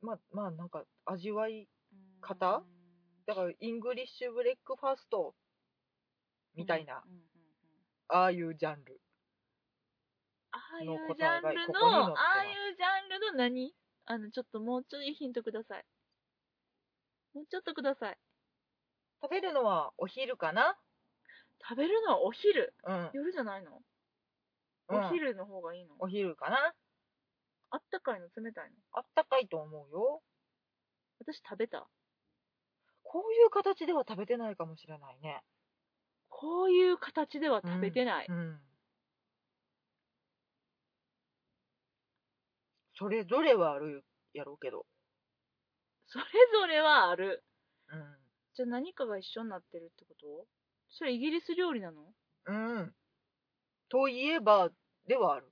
[SPEAKER 2] まあまあなんか味わいう
[SPEAKER 1] ーん
[SPEAKER 2] 型だからイングリッシュブレックファーストみたいな、
[SPEAKER 1] うんうんうんうん
[SPEAKER 2] ああいうジャンル
[SPEAKER 1] ああい
[SPEAKER 2] の
[SPEAKER 1] うジャ
[SPEAKER 2] 答
[SPEAKER 1] ン
[SPEAKER 2] えが
[SPEAKER 1] ル
[SPEAKER 2] ここに載って
[SPEAKER 1] の、
[SPEAKER 2] ます
[SPEAKER 1] ああいうジャンルの何あの、ちょっともうちょいヒントください。もうちょっとください。
[SPEAKER 2] 食べるのはお昼かな
[SPEAKER 1] 食べるのはお昼。
[SPEAKER 2] うん、
[SPEAKER 1] 夜じゃないの、
[SPEAKER 2] うん
[SPEAKER 1] お昼の方がいいの
[SPEAKER 2] お昼かな
[SPEAKER 1] あったかいの冷たいの
[SPEAKER 2] あったかいと思うよ
[SPEAKER 1] 私食べた。
[SPEAKER 2] こういう形では食べてないかもしれないね
[SPEAKER 1] こういう形では食べてない。
[SPEAKER 2] うんそれぞれはあるやろうけど、
[SPEAKER 1] それぞれはある。
[SPEAKER 2] う
[SPEAKER 1] じゃあ何かが一緒になってるってことそれイギリス料理なの
[SPEAKER 2] ん、うん、といえばではある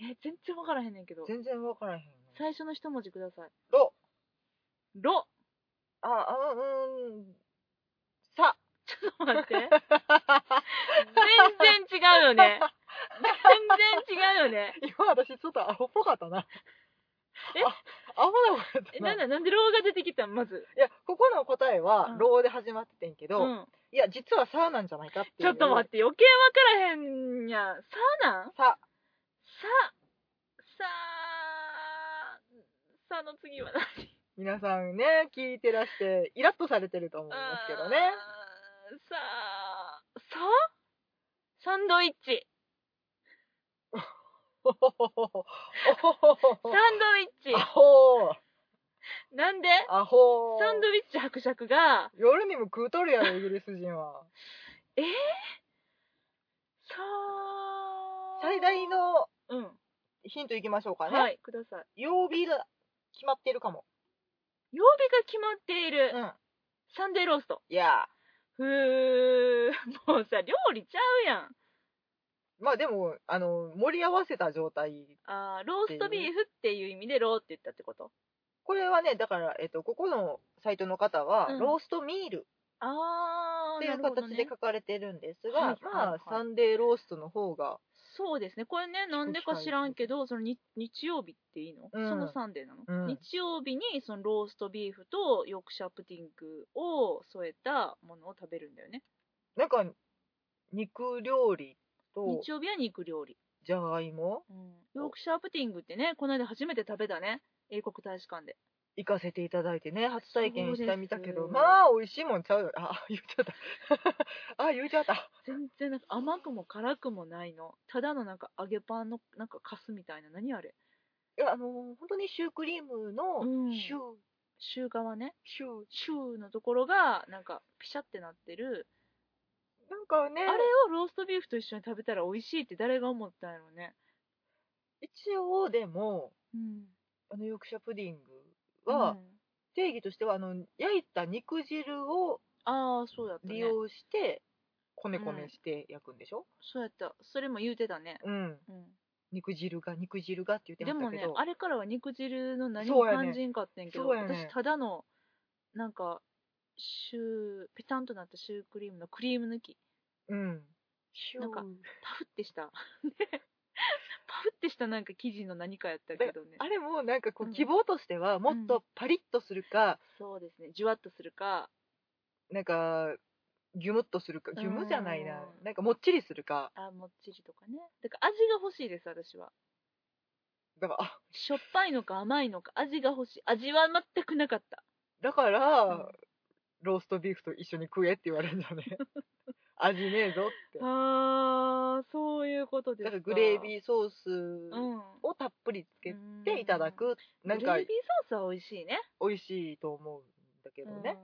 [SPEAKER 1] えー全然分からへんねんけど。
[SPEAKER 2] 全然わからへん
[SPEAKER 1] 最初の一文字ください。
[SPEAKER 2] ロ
[SPEAKER 1] ロ
[SPEAKER 2] ああうんうんさ
[SPEAKER 1] ちょっと 待って。全然違うよね。全然違うよね。
[SPEAKER 2] 今私ちょっとアホっぽかったなアホなことやっ
[SPEAKER 1] え
[SPEAKER 2] たな
[SPEAKER 1] なんだなんでローが出てきたんまず
[SPEAKER 2] いやここの答え
[SPEAKER 1] う
[SPEAKER 2] は
[SPEAKER 1] ん
[SPEAKER 2] ローで始まっててんけど、
[SPEAKER 1] うん
[SPEAKER 2] いや実はサーなんじゃないかっていう
[SPEAKER 1] ちょっと待って余計わからへんやんさあなん
[SPEAKER 2] さ
[SPEAKER 1] さささの次は何
[SPEAKER 2] 皆さんね聞いてらしてイラッとされてると思うんですけどね
[SPEAKER 1] あーささサンドイッチ
[SPEAKER 2] おほほほほおほほほ
[SPEAKER 1] サンド
[SPEAKER 2] ほ
[SPEAKER 1] イッ
[SPEAKER 2] ア
[SPEAKER 1] チ
[SPEAKER 2] ホー
[SPEAKER 1] なんで
[SPEAKER 2] アホー
[SPEAKER 1] サンドイッチ伯爵が
[SPEAKER 2] 夜にも食うとるやろイギリス人は
[SPEAKER 1] さ
[SPEAKER 2] 最大の
[SPEAKER 1] うん
[SPEAKER 2] ヒントいきましょうかね、
[SPEAKER 1] はいください
[SPEAKER 2] 曜日が決まってるかも
[SPEAKER 1] 曜日が決まっている、
[SPEAKER 2] うん
[SPEAKER 1] サンデーロースト
[SPEAKER 2] いや
[SPEAKER 1] ふーもうさ料理ちゃうやん
[SPEAKER 2] ーまあでもあの盛り合わせた状態
[SPEAKER 1] あーローストビーフっていう意味でローって言ったってこと
[SPEAKER 2] これはねだから、えっと、ここのサイトの方は、
[SPEAKER 1] うん
[SPEAKER 2] ローストミール
[SPEAKER 1] あ
[SPEAKER 2] っ
[SPEAKER 1] あ
[SPEAKER 2] てい
[SPEAKER 1] な
[SPEAKER 2] う
[SPEAKER 1] るほど
[SPEAKER 2] 形で
[SPEAKER 1] ね
[SPEAKER 2] 書かれてるんです
[SPEAKER 1] はいはい
[SPEAKER 2] がま
[SPEAKER 1] はい
[SPEAKER 2] あサンデーローストの方が
[SPEAKER 1] そうですねこれねなんでか知らんけどその日日曜日っていいの、
[SPEAKER 2] うん
[SPEAKER 1] そのサンデーなの、
[SPEAKER 2] うん
[SPEAKER 1] 日曜日にそのローストビーフとヨークシャープティングを添えたものを食べるんだよね
[SPEAKER 2] なんか肉料理と
[SPEAKER 1] 日曜日は肉料理、
[SPEAKER 2] じゃがいも
[SPEAKER 1] うん、ヨークシャープティングってねこの間初めて食べたね英国大使館で
[SPEAKER 2] 行かせていただいてね初体験し
[SPEAKER 1] そ
[SPEAKER 2] て
[SPEAKER 1] うです
[SPEAKER 2] みたけどまあ美味しいもんちゃうよあ 言っちゃったあ言っちゃった
[SPEAKER 1] 全然なんか甘くも辛くもないのただのなんか揚げパンのなんかカスみたいな何あれ
[SPEAKER 2] いやあのー本当にシュークリームの
[SPEAKER 1] うん
[SPEAKER 2] シュー、
[SPEAKER 1] シュー側ね
[SPEAKER 2] シュー
[SPEAKER 1] シューのところがなんかピシャってなってる
[SPEAKER 2] なんかね
[SPEAKER 1] あれをローストビーフと一緒に食べたら美味しいって誰が思ったんやろうね
[SPEAKER 2] 一応でも
[SPEAKER 1] うん
[SPEAKER 2] あのヨークシャープディングは、
[SPEAKER 1] うん
[SPEAKER 2] 定義としてはあの焼いた肉汁を
[SPEAKER 1] ああそうだったね
[SPEAKER 2] 利用してこねこねして焼くんでしょ、
[SPEAKER 1] そうやったそれも言うてたね
[SPEAKER 2] うん
[SPEAKER 1] うん
[SPEAKER 2] 肉汁が肉汁がって言って
[SPEAKER 1] で
[SPEAKER 2] まし
[SPEAKER 1] も
[SPEAKER 2] たけ
[SPEAKER 1] ね
[SPEAKER 2] ど
[SPEAKER 1] あれからは肉汁の何
[SPEAKER 2] そ
[SPEAKER 1] も
[SPEAKER 2] うやね
[SPEAKER 1] 感じんかってんけど、
[SPEAKER 2] そうやね
[SPEAKER 1] 私ただのなんかシューペタンとなったシュークリームのクリーム抜き
[SPEAKER 2] うんシュー
[SPEAKER 1] なんかパフってした ねパフってしたなんか生地の何かやったけどね
[SPEAKER 2] あれもなんかこ
[SPEAKER 1] う
[SPEAKER 2] うん希望としてはもっとパリッとするか、
[SPEAKER 1] そうですねじゅわっとするか
[SPEAKER 2] なんかギュムッとするかギュムじゃないな
[SPEAKER 1] うん
[SPEAKER 2] なんかもっちりするか
[SPEAKER 1] あもっちりとかねだから味が欲しいです私は
[SPEAKER 2] だからあ
[SPEAKER 1] しょっぱいのか甘いのか味が欲しい味は全くなかった
[SPEAKER 2] だから、
[SPEAKER 1] うん
[SPEAKER 2] ローストビーフと一緒に食えって言われるんだね 味ねえぞって
[SPEAKER 1] あーそういうことですか
[SPEAKER 2] だからグレー
[SPEAKER 1] ー
[SPEAKER 2] ビーソース
[SPEAKER 1] うん
[SPEAKER 2] をたっぷりつけていただく、なん
[SPEAKER 1] グ
[SPEAKER 2] か
[SPEAKER 1] レービーソースは美味しいね
[SPEAKER 2] 美味しいと思うんだけどね、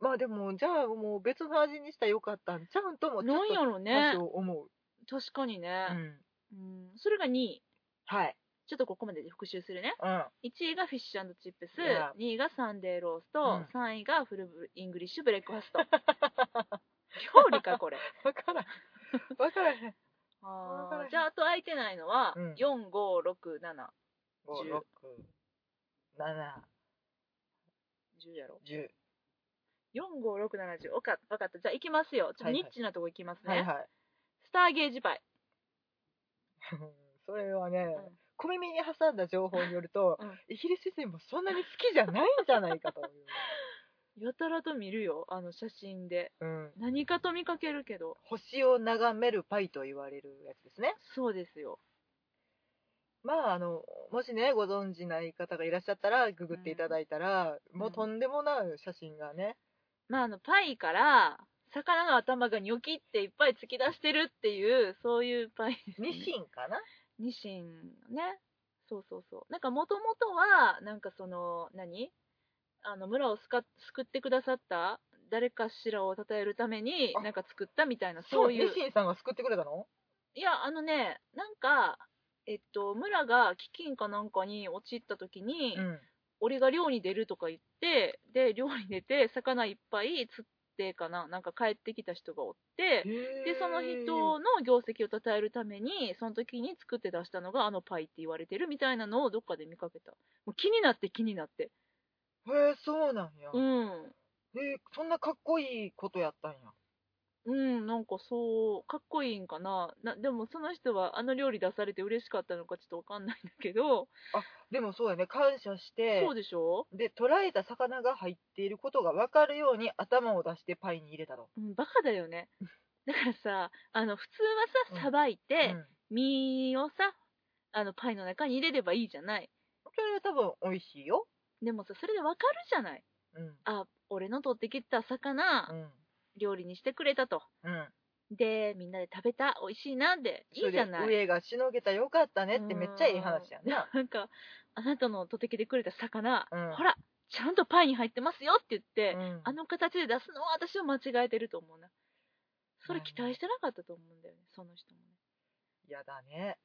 [SPEAKER 1] うん
[SPEAKER 2] まあでもじゃあもう別の味にしたらよかったんちゃうんともちょ
[SPEAKER 1] な
[SPEAKER 2] っ
[SPEAKER 1] ん
[SPEAKER 2] と
[SPEAKER 1] やろね
[SPEAKER 2] 多少思う、
[SPEAKER 1] 確かに
[SPEAKER 2] う
[SPEAKER 1] ね、う
[SPEAKER 2] ん
[SPEAKER 1] んそれが2位
[SPEAKER 2] はい、
[SPEAKER 1] ちょっとここまでで復習するね
[SPEAKER 2] うん、
[SPEAKER 1] 1位がフィッシュチップス
[SPEAKER 2] いや
[SPEAKER 1] 2位がサンデーロースト、
[SPEAKER 2] うん
[SPEAKER 1] 3位がフルイングリッシュブレックファス ト料理かこれ
[SPEAKER 2] 分からん分からへん
[SPEAKER 1] あ
[SPEAKER 2] わから
[SPEAKER 1] ー
[SPEAKER 2] へん
[SPEAKER 1] じゃああと空いてないのは、
[SPEAKER 2] うん
[SPEAKER 1] 456710
[SPEAKER 2] 5670
[SPEAKER 1] やろ45670おか分かったじゃあ行きますよちょっと
[SPEAKER 2] はいは
[SPEAKER 1] ニ
[SPEAKER 2] い
[SPEAKER 1] ッチなとこ行きますね、
[SPEAKER 2] はいはい
[SPEAKER 1] スターゲージパイ、
[SPEAKER 2] それはね、
[SPEAKER 1] うん
[SPEAKER 2] 小耳に挟んだ情報によると、
[SPEAKER 1] うん
[SPEAKER 2] イギリス人もそんなに好きじゃないんじゃないかという、
[SPEAKER 1] やたらと見るよあの写真で
[SPEAKER 2] うん、
[SPEAKER 1] 何かと見かけるけど
[SPEAKER 2] 星を眺めるパイと言われるやつですね
[SPEAKER 1] そうですよ
[SPEAKER 2] まああのもしねご存じない方がいらっしゃったらググっていただいたら、
[SPEAKER 1] ん
[SPEAKER 2] もうとんでもない写真がね、
[SPEAKER 1] まあ、あのパイから魚の頭がニョキっていっぱい突き出してるっていうそういうパイですね
[SPEAKER 2] ニシンかな
[SPEAKER 1] ニシンのねそうそうそうなんかもともとはなんかその何あの村をすか救ってくださった誰かしらを称えるために
[SPEAKER 2] あ
[SPEAKER 1] なんか作ったみたいなそういう
[SPEAKER 2] ニシンさんが救ってくれたの
[SPEAKER 1] いやあのねなんかえっと村が飢饉かなんかに陥った時に、
[SPEAKER 2] うん
[SPEAKER 1] 俺が漁に出るとか言ってで漁に出て魚いっぱい釣ってかななんか帰ってきた人がおってでその人の業績を称えるためにその時に作って出したのがあのパイって言われてるみたいなのをどっかで見かけたもう気になって気になって
[SPEAKER 2] へえそうなんや、
[SPEAKER 1] う
[SPEAKER 2] へ
[SPEAKER 1] ん
[SPEAKER 2] えそんなかっこいいことやったんや
[SPEAKER 1] うん、なんかそう、かっこいいんかなな。でもその人はあの料理出されて嬉しかったのかちょっとわかんないんだけど、
[SPEAKER 2] でもそうやね感謝して
[SPEAKER 1] そうでしょ、
[SPEAKER 2] で捕らえた魚が入っていることが分かるように頭を出してパイに入れたと。
[SPEAKER 1] うん、バカだよね。だからさ、あの、普通は
[SPEAKER 2] うん
[SPEAKER 1] さ、さばいて、
[SPEAKER 2] うん
[SPEAKER 1] 身をさ、あの、パイの中に入れればいいじゃない。
[SPEAKER 2] それは多分美味しいよ。
[SPEAKER 1] でもさ、それでわかるじゃない。
[SPEAKER 2] うん。
[SPEAKER 1] あ、俺の取ってきた
[SPEAKER 2] う
[SPEAKER 1] 魚、
[SPEAKER 2] ん。
[SPEAKER 1] 料理にしてくれたと。
[SPEAKER 2] うん。
[SPEAKER 1] で、みんなで食べた、美味しいな、で、いいじゃな
[SPEAKER 2] そ
[SPEAKER 1] い。
[SPEAKER 2] れで上がしのげたよかったねってめっちゃいい話やんな。
[SPEAKER 1] なんか、あなたの取ってきてくれた魚、
[SPEAKER 2] うん
[SPEAKER 1] ほら、ちゃんとパイに入ってますよって言って、
[SPEAKER 2] うん
[SPEAKER 1] あの形で出すのは私は間違えてると思うな。それ期待してなかったと思うんだよね、その人もね。
[SPEAKER 2] やだね。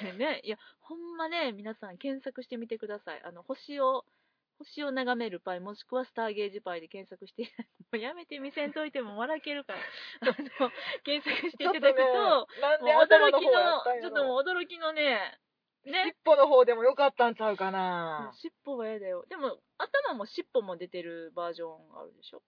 [SPEAKER 1] 俺ね、いや、ほんまね、皆さん検索してみてください。あの、星を、星を眺めるパイ、もしくはスターゲージパイで検索して、 もうやめて見せんといても笑ける から、あの、検索していただくと、
[SPEAKER 2] なん
[SPEAKER 1] も
[SPEAKER 2] で
[SPEAKER 1] う
[SPEAKER 2] 頭
[SPEAKER 1] 驚
[SPEAKER 2] の
[SPEAKER 1] き
[SPEAKER 2] 方やったん
[SPEAKER 1] の、ち
[SPEAKER 2] や
[SPEAKER 1] ょ
[SPEAKER 2] ろ
[SPEAKER 1] っともう驚きのね、ね
[SPEAKER 2] 尻、尾の方でもよかったんちゃうかな。
[SPEAKER 1] 尻尾は嫌だよ。でも、頭も尻尾も出てるバージョンあるでしょ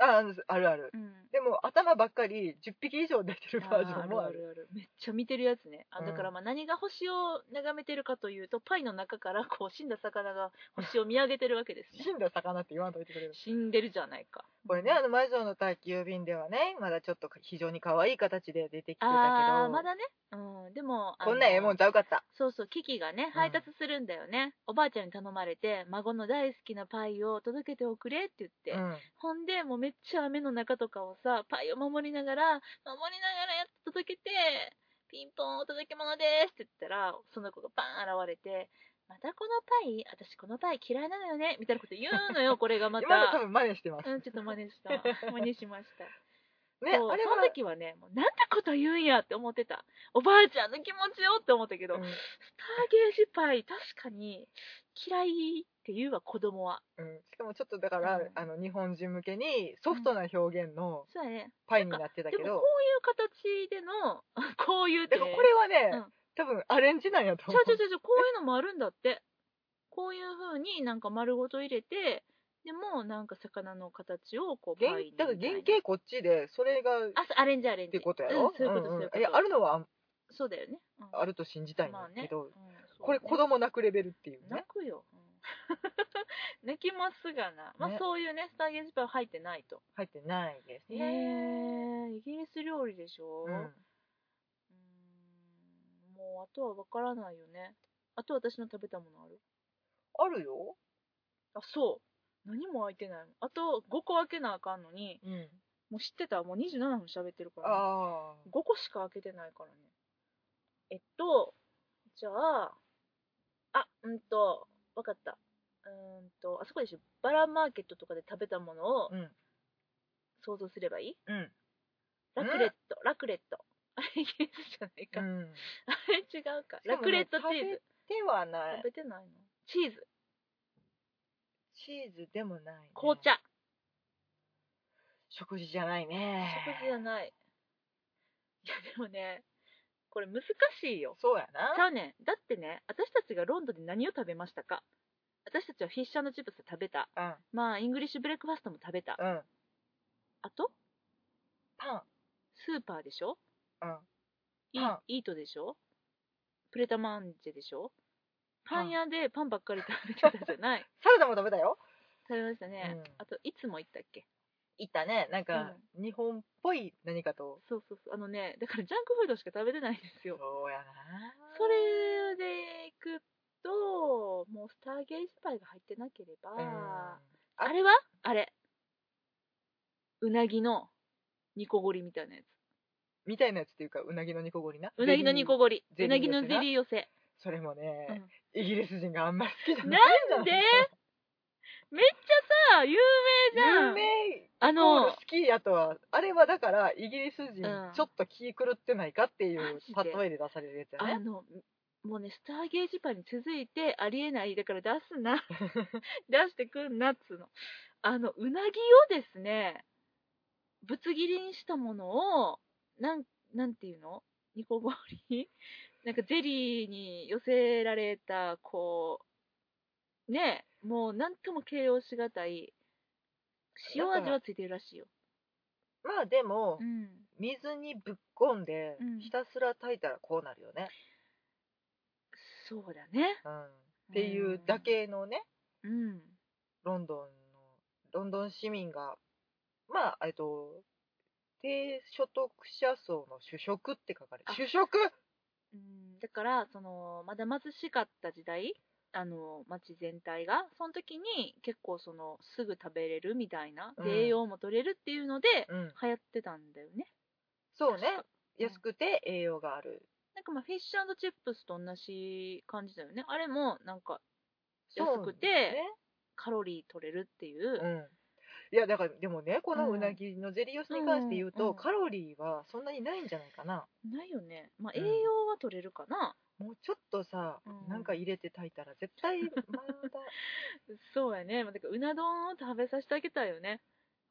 [SPEAKER 2] あ、あるある。
[SPEAKER 1] うん。
[SPEAKER 2] でも頭ばっかり10匹以上出てるバージョンもあ
[SPEAKER 1] あ
[SPEAKER 2] る。
[SPEAKER 1] るあるめっちゃ見てるやつねあ
[SPEAKER 2] うん
[SPEAKER 1] だからまあ何が星を眺めてるかというと、パイの中からこう死んだ魚が星を見上げてるわけですね
[SPEAKER 2] 死んだ魚って言わんといてくれる。
[SPEAKER 1] 死んでるじゃないか
[SPEAKER 2] これね、あの魔女の宅急便ではね、まだちょっと非常に可愛い形で出てきてたけど、
[SPEAKER 1] ああまだねうんでもあの
[SPEAKER 2] こんなええもんちゃうかった。
[SPEAKER 1] そうそうキキがね配達するんだよね、おばあちゃんに頼まれて孫の大好きなパイを届けておくれって言って、
[SPEAKER 2] うん。
[SPEAKER 1] ほんで、もうめっちゃ雨の中とかをさ、パイを守りながら、守りながらやっと届けて、ピンポンお届け物ですって言ったら、その子がバーン現れて、またこのパイ私このパイ嫌いなのよねみたいなこと言う のよ、これがまた。
[SPEAKER 2] 今の多分真似してます。
[SPEAKER 1] うん、ちょっと真似した。真似しま した。
[SPEAKER 2] ね、あれ
[SPEAKER 1] そう
[SPEAKER 2] は
[SPEAKER 1] その時はね、もうなんてこと言うんやって思ってた。おばあちゃんの気持ちよって思ったけど、
[SPEAKER 2] うん
[SPEAKER 1] スターゲージパイ確かに嫌いって言うわ、子供は。
[SPEAKER 2] うん、しかもちょっとだから、
[SPEAKER 1] うん
[SPEAKER 2] あの日本人向けにソフトな表現の
[SPEAKER 1] そうやね。
[SPEAKER 2] パイになってたけ
[SPEAKER 1] でも
[SPEAKER 2] ど
[SPEAKER 1] こ、ういう形での、 こういうって。
[SPEAKER 2] だからこれはね、
[SPEAKER 1] うん
[SPEAKER 2] 多分アレンジなんやと
[SPEAKER 1] ち
[SPEAKER 2] 思
[SPEAKER 1] ゃ
[SPEAKER 2] う
[SPEAKER 1] うちゃうちゃうちゃう、こういうのもあるんだって。こういう風になんか丸ごと入れて、でもなんか魚の形をこう
[SPEAKER 2] 原
[SPEAKER 1] パイにみた
[SPEAKER 2] だ
[SPEAKER 1] い
[SPEAKER 2] から
[SPEAKER 1] な
[SPEAKER 2] 原型こっちでそれが
[SPEAKER 1] あ、そうアレンジアレン
[SPEAKER 2] っ
[SPEAKER 1] ジ。
[SPEAKER 2] てことやろ、
[SPEAKER 1] うん、そういうこと、
[SPEAKER 2] ん
[SPEAKER 1] そうい
[SPEAKER 2] ん
[SPEAKER 1] うこと。
[SPEAKER 2] いやあるのは
[SPEAKER 1] そうだよね。うん
[SPEAKER 2] あると信じたいんだ
[SPEAKER 1] まあね
[SPEAKER 2] けど、
[SPEAKER 1] うんそう
[SPEAKER 2] これ子供泣くレベルっていうね
[SPEAKER 1] 泣くよ。うん 泣きますがな。まあ、
[SPEAKER 2] ね
[SPEAKER 1] そういうね、スターゲージパイは入ってないと。
[SPEAKER 2] 入ってないです
[SPEAKER 1] へ
[SPEAKER 2] ね、
[SPEAKER 1] えイギリス料理でしょ。
[SPEAKER 2] うん
[SPEAKER 1] うーんもうあとは分からないよね。あと私の食べたものある
[SPEAKER 2] あるよ、
[SPEAKER 1] あ、そう。何も開いてないの。あと5個開けなあかんのに、
[SPEAKER 2] うん、
[SPEAKER 1] もう知ってたもう27分喋ってるから、ね、
[SPEAKER 2] あ
[SPEAKER 1] 5個しか開けてないからね。えっと、じゃあ、あ、うんと、分かった。うーんと、あそこでしょ。バラマーケットとかで食べたものを
[SPEAKER 2] あうん
[SPEAKER 1] 想像すればいい、
[SPEAKER 2] うん
[SPEAKER 1] ラクレット、ラクレット。あれイギリスじゃないか。
[SPEAKER 2] うん
[SPEAKER 1] あれ違うか。ラクレットチーズ。
[SPEAKER 2] ではない
[SPEAKER 1] 食べてないのチーズ
[SPEAKER 2] チーズでもない、ね、
[SPEAKER 1] 紅茶
[SPEAKER 2] 食事じゃないね
[SPEAKER 1] 食事じゃない いやでもねこれ難しいよ
[SPEAKER 2] そうや
[SPEAKER 1] ち
[SPEAKER 2] な
[SPEAKER 1] ゃうねんだってね私たちがロンドンで何を食べましたか私たちはフィッシュチップス食べた
[SPEAKER 2] うん
[SPEAKER 1] まあイングリッシュブレックファストも食べた
[SPEAKER 2] うん
[SPEAKER 1] あと
[SPEAKER 2] パン
[SPEAKER 1] スーパーでしょ
[SPEAKER 2] うん
[SPEAKER 1] イ
[SPEAKER 2] パン
[SPEAKER 1] イートでしょプレタマンジェでしょ
[SPEAKER 2] パ
[SPEAKER 1] パ
[SPEAKER 2] ン
[SPEAKER 1] ン屋でパンばっかり食べてたじゃない
[SPEAKER 2] サラダも食べたよ
[SPEAKER 1] 食べましたね、
[SPEAKER 2] うん
[SPEAKER 1] あといつも行ったっけ
[SPEAKER 2] 行ったねなんか、日本っぽい何かと
[SPEAKER 1] そうそうそうあのねだからジャンクフードしか食べてないんですよ
[SPEAKER 2] そうやな
[SPEAKER 1] それでいくと、もうスターゲージパイが入ってなければ、
[SPEAKER 2] うん
[SPEAKER 1] あれはあれ。うなぎの煮こごりみたいなやつ。
[SPEAKER 2] みたいなやつっていうかうなぎの煮こごりな
[SPEAKER 1] うなぎの煮こごり。
[SPEAKER 2] ゼ
[SPEAKER 1] うな
[SPEAKER 2] リー
[SPEAKER 1] ぎのゼリー 寄せ。
[SPEAKER 2] それもね、イギリス人があんまり好きじゃない
[SPEAKER 1] なんでめっちゃさ、有名じゃ
[SPEAKER 2] 有
[SPEAKER 1] ん。
[SPEAKER 2] 名
[SPEAKER 1] あ
[SPEAKER 2] イコー
[SPEAKER 1] の
[SPEAKER 2] ル好、きやとはあれはだからイギリス人
[SPEAKER 1] うん
[SPEAKER 2] ちょっと気狂ってないかってい
[SPEAKER 1] マ
[SPEAKER 2] う
[SPEAKER 1] ジで
[SPEAKER 2] 例えで出されるやつや
[SPEAKER 1] あ
[SPEAKER 2] ね
[SPEAKER 1] の、もうね、スターゲージパイに続いてありえない、だから出す な、出してくんなっつうの。あの、うなぎをですね、ぶつ切りにしたものを、なん、なんていうの煮こごり なんかゼリーに寄せられた、こう、ねえ、もうなんとも形容しがたい、塩味はついてるらしいよ。
[SPEAKER 2] まあでも、
[SPEAKER 1] うん、
[SPEAKER 2] 水にぶっこんで
[SPEAKER 1] うん
[SPEAKER 2] ひたすら炊いたらこうなるよね、
[SPEAKER 1] そうだね。
[SPEAKER 2] うん、っていうだけのね
[SPEAKER 1] うん。
[SPEAKER 2] ロンドンのロンドン市民がまあえっと低所得者層の主食って書かれ
[SPEAKER 1] あ
[SPEAKER 2] る主食
[SPEAKER 1] うん、だからそのまだ貧しかった時代あの町全体がその時に結構そのすぐ食べれるみたいな、
[SPEAKER 2] うん
[SPEAKER 1] で栄養も取れるっていうので
[SPEAKER 2] うん
[SPEAKER 1] 流行ってたんだよね
[SPEAKER 2] そうね
[SPEAKER 1] 確かうん
[SPEAKER 2] 安くて栄養がある
[SPEAKER 1] なんかまあフィッシュチップスと同じ感じだよねあれもなんか
[SPEAKER 2] そう
[SPEAKER 1] 安くてカロリー取れるっていう、
[SPEAKER 2] ねうんいやだからでもねこの
[SPEAKER 1] うん
[SPEAKER 2] うなぎのゼリーオスに関して言う
[SPEAKER 1] うん
[SPEAKER 2] と、
[SPEAKER 1] うん
[SPEAKER 2] カロリーはそんなにないんじゃないかな
[SPEAKER 1] ないよねまあ
[SPEAKER 2] う
[SPEAKER 1] 栄
[SPEAKER 2] ん
[SPEAKER 1] 養は取れるかな、
[SPEAKER 2] もうちょっとさ、
[SPEAKER 1] うん
[SPEAKER 2] なんか入れて炊いたら絶対まだ
[SPEAKER 1] そうやね、まあ、だからうな丼を食べさせてあげたいよね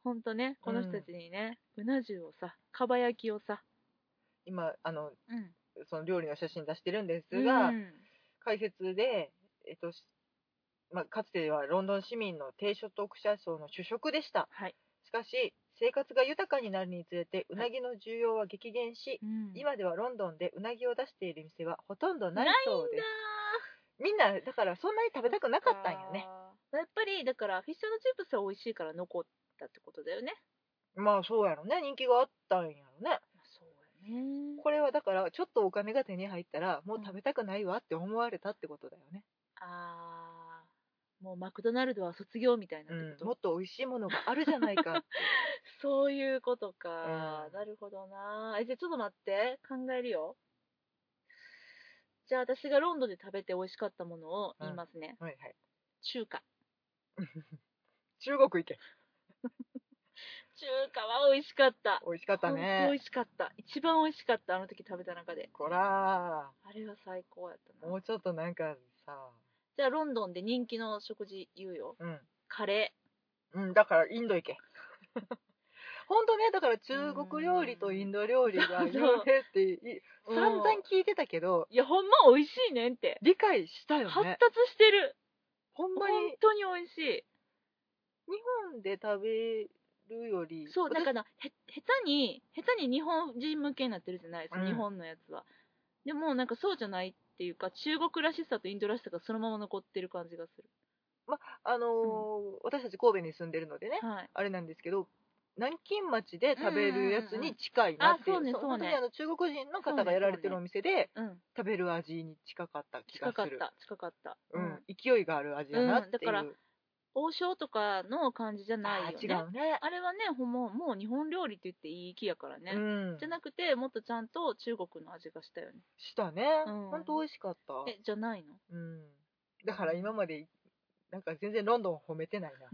[SPEAKER 1] ほんとねこの人たちにね、うな重をさかば焼きをさ、
[SPEAKER 2] 今あの
[SPEAKER 1] うん、
[SPEAKER 2] その料理の写真出してるんですが、
[SPEAKER 1] うん
[SPEAKER 2] 解説で、えっとしまあ、かつてはロンドン市民の低所得者層の主食でした
[SPEAKER 1] はい、
[SPEAKER 2] しかし生活が豊かになるにつれてうなぎの需要は激減し、
[SPEAKER 1] うん
[SPEAKER 2] 今ではロンドンでうなぎを出している店はほとんどないそうです
[SPEAKER 1] だ
[SPEAKER 2] みんなだからそんなに食べたくな
[SPEAKER 1] ー
[SPEAKER 2] かったんよね
[SPEAKER 1] やっぱりだからフィッシュチップスは美味しいから残ったってことだよね
[SPEAKER 2] まあそうやろね人気があったんやろね
[SPEAKER 1] そうやね
[SPEAKER 2] これはだからちょっとお金が手に入ったらもう食べたくないわって思われたってことだよね、
[SPEAKER 1] あーもうマクドナルドは卒業みたいなって
[SPEAKER 2] う
[SPEAKER 1] こ
[SPEAKER 2] ん、
[SPEAKER 1] と、
[SPEAKER 2] もっと美味しいものがあるじゃない か
[SPEAKER 1] そういうことか、
[SPEAKER 2] うん
[SPEAKER 1] なるほどなえじゃあちょっと待って考えるよじゃあ私がロンドンで食べて美味しかったものを言いますね、
[SPEAKER 2] はいはい
[SPEAKER 1] 中華
[SPEAKER 2] 中国行け
[SPEAKER 1] 中華は美味しかった
[SPEAKER 2] 美味しかった
[SPEAKER 1] ほんと
[SPEAKER 2] ね
[SPEAKER 1] 美味しかった一番美味しかったあの時食べた中で
[SPEAKER 2] こ
[SPEAKER 1] あ
[SPEAKER 2] ら
[SPEAKER 1] れは最高やった
[SPEAKER 2] ー
[SPEAKER 1] な
[SPEAKER 2] もうちょっとなんかさ
[SPEAKER 1] じゃあロンドンで人気の食事言うよ。
[SPEAKER 2] うん、
[SPEAKER 1] カレ
[SPEAKER 2] うん、だからインド行け ほんとねだから中国料理とインド料理 が
[SPEAKER 1] うん
[SPEAKER 2] 有名ってい
[SPEAKER 1] うん
[SPEAKER 2] 散々聞いてたけど
[SPEAKER 1] ー。いや、ほんま美味しいねんって。
[SPEAKER 2] 理解したよ
[SPEAKER 1] 発
[SPEAKER 2] ね
[SPEAKER 1] 達してる。
[SPEAKER 2] ほん
[SPEAKER 1] 本
[SPEAKER 2] まに
[SPEAKER 1] 当に美味し
[SPEAKER 2] 日本で食べるより
[SPEAKER 1] い。そう、だ
[SPEAKER 2] 私
[SPEAKER 1] から、へ、下手に、下手に日本人向けになってるじゃないですか、
[SPEAKER 2] うん
[SPEAKER 1] 日本のやつは。でも、なんかそうじゃないっていうか、中国らしさとインドらしさがそのまま残ってる感じがする。
[SPEAKER 2] あのー私たち神戸に住んでるのでね
[SPEAKER 1] はい。
[SPEAKER 2] あれなんですけど南京町で食べるやつに近いなっていう,、
[SPEAKER 1] うんうんうんあそうねそうね
[SPEAKER 2] 本当にあの中国人の方がやられてるお店で、
[SPEAKER 1] うん。
[SPEAKER 2] 食べる味に近かった気が
[SPEAKER 1] 近
[SPEAKER 2] する
[SPEAKER 1] かった、近かった。
[SPEAKER 2] うん、勢いがある味だなって
[SPEAKER 1] うん
[SPEAKER 2] いう、
[SPEAKER 1] だから王将とかの感じじゃないよ
[SPEAKER 2] あ
[SPEAKER 1] ね。
[SPEAKER 2] ー違うね
[SPEAKER 1] あれはね、ほんま、もう日本料理って言っていい気やからね。
[SPEAKER 2] うん
[SPEAKER 1] じゃなくて、もっとちゃんと中国の味がしたよね。
[SPEAKER 2] したね、
[SPEAKER 1] うん
[SPEAKER 2] ほんと美味しかった、
[SPEAKER 1] え、じゃないの
[SPEAKER 2] うん、だから今までなんか全然ロンドンを褒め てないな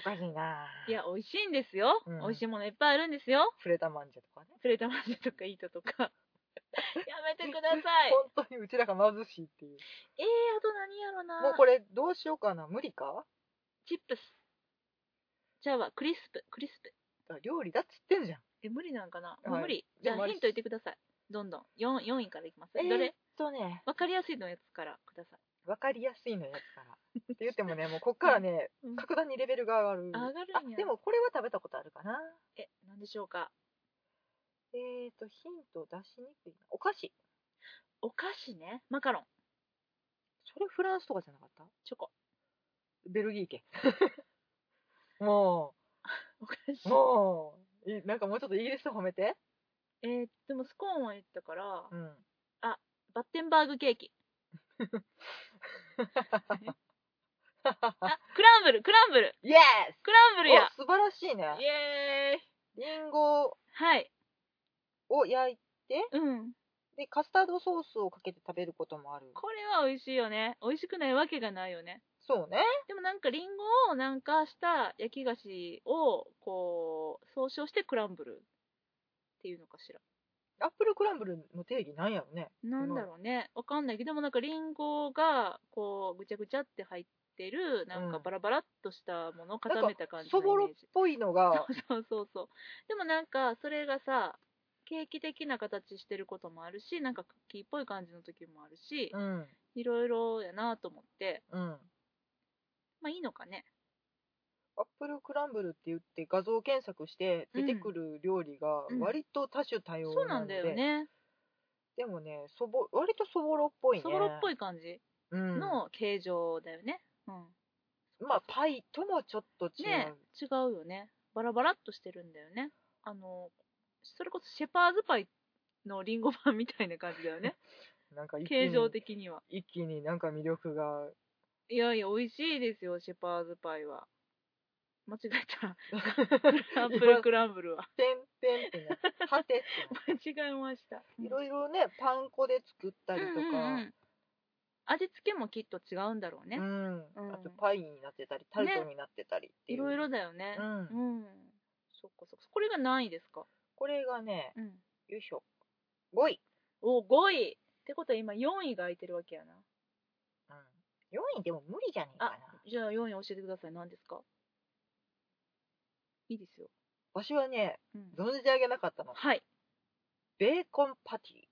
[SPEAKER 2] おかしいない
[SPEAKER 1] や、美味しいんですよ。
[SPEAKER 2] うん
[SPEAKER 1] 美味しいものいっぱいあるんですよ。
[SPEAKER 2] フレタマンジェとかね
[SPEAKER 1] プレタマジェとかイートと か。やめてください。
[SPEAKER 2] 本当にうちらが貧しいっていう
[SPEAKER 1] えー、あと何やろな。
[SPEAKER 2] もうこれどうしようかな無理か
[SPEAKER 1] チップス。じゃあは、クリスプ、クリスプ。
[SPEAKER 2] 料理だっつってんじゃん
[SPEAKER 1] え、無理なんかな、
[SPEAKER 2] い
[SPEAKER 1] もう無理。じ
[SPEAKER 2] で
[SPEAKER 1] ゃ
[SPEAKER 2] も
[SPEAKER 1] あ、
[SPEAKER 2] あれ
[SPEAKER 1] ヒント言ってください。どんどん。4, 四位からいきます。ど
[SPEAKER 2] えー
[SPEAKER 1] れ
[SPEAKER 2] っとね
[SPEAKER 1] わかりやすいのやつからください。
[SPEAKER 2] 分かりやすいのやつからって言っても ねもうこっからね
[SPEAKER 1] うん
[SPEAKER 2] 格段にレベルが上がる
[SPEAKER 1] あ上がるんや
[SPEAKER 2] あでもこれは食べたことあるかな
[SPEAKER 1] え、なんでしょうか。
[SPEAKER 2] えーとヒント出しにくいなお菓子
[SPEAKER 1] お菓子ね。マカロン、
[SPEAKER 2] それフランスとかじゃなかった
[SPEAKER 1] チョコ。
[SPEAKER 2] ベル ギー系も
[SPEAKER 1] お菓
[SPEAKER 2] う
[SPEAKER 1] 子。
[SPEAKER 2] もういなんかもうちょっとイギリス褒めて
[SPEAKER 1] えー、でもスコーンは言ったから、
[SPEAKER 2] うん
[SPEAKER 1] バッテンバーグケーキ。 あ、クランブル、クランブル、
[SPEAKER 2] イエ
[SPEAKER 1] クランブ
[SPEAKER 2] ス
[SPEAKER 1] ルや。
[SPEAKER 2] お素晴らしい
[SPEAKER 1] イ
[SPEAKER 2] ね
[SPEAKER 1] エーイ。
[SPEAKER 2] リンゴ
[SPEAKER 1] はい。
[SPEAKER 2] を焼い
[SPEAKER 1] うん。
[SPEAKER 2] てカスタードソースをかけて食べることもある
[SPEAKER 1] これは美味しいよね。美味しくないわけがないよね。
[SPEAKER 2] そうね
[SPEAKER 1] でもなんかリンゴをなんかした焼き菓子をこう総称してクランブルっていうのかしら。
[SPEAKER 2] アップルクランブルの定義なんやろね
[SPEAKER 1] なんだろうね。わかんないけどでもなんかリンゴがこうぐちゃぐちゃって入ってるなんか
[SPEAKER 2] うん
[SPEAKER 1] バラバラっとしたものを固めた感じの
[SPEAKER 2] そ
[SPEAKER 1] イメージ。
[SPEAKER 2] ぼろっぽいの が
[SPEAKER 1] そうそうそう。でもなんか、それがさ、ケーキ的な形してることもあるし、なんかクッキーっぽい感じの時もあるし
[SPEAKER 2] う、ん
[SPEAKER 1] いろいろやなと思って、
[SPEAKER 2] うん
[SPEAKER 1] まあいいのかね。
[SPEAKER 2] アップルクランブルって言って画像検索して出てくる料理が
[SPEAKER 1] うん
[SPEAKER 2] 割と多種多様
[SPEAKER 1] そう
[SPEAKER 2] な
[SPEAKER 1] な
[SPEAKER 2] の
[SPEAKER 1] ん
[SPEAKER 2] で、
[SPEAKER 1] だよね
[SPEAKER 2] でもねそぼ割とそぼろっぽいね
[SPEAKER 1] そぼろっぽい感じ
[SPEAKER 2] うん、
[SPEAKER 1] の形状だよね、うん
[SPEAKER 2] まあパイともちょっと違う、
[SPEAKER 1] ね違うよねバラバラっとしてるんだよねあのそれこそシェパーズパイのリンゴパンみたいな感じだよ ね
[SPEAKER 2] なんか一気に
[SPEAKER 1] 形状的には
[SPEAKER 2] 一気になんか魅力が
[SPEAKER 1] いやいや美味しいですよシェパーズパイは間違え たアップルクランブルは
[SPEAKER 2] てんてんってなってはてって な
[SPEAKER 1] 間
[SPEAKER 2] っ
[SPEAKER 1] 違えました
[SPEAKER 2] ていろいろねパン粉で作ったりと
[SPEAKER 1] うんうんうん味付けもきっと違うんだろうね
[SPEAKER 2] か、うん
[SPEAKER 1] うん
[SPEAKER 2] あとパイになってたりタルトになってたりってい、
[SPEAKER 1] いうろいろだよね
[SPEAKER 2] うん
[SPEAKER 1] うん、そっかそっかこれが何位ですか
[SPEAKER 2] これがね
[SPEAKER 1] うん
[SPEAKER 2] よいしょ5位、
[SPEAKER 1] お5位ってことは今4位が空いてるわけやな
[SPEAKER 2] うん、4位でも無理じゃねえか
[SPEAKER 1] あ
[SPEAKER 2] な
[SPEAKER 1] じゃあ4位教えてください何ですかいいですよ、
[SPEAKER 2] わしはね
[SPEAKER 1] うん
[SPEAKER 2] 存じ上げなかったの
[SPEAKER 1] はい
[SPEAKER 2] ベーコンパティ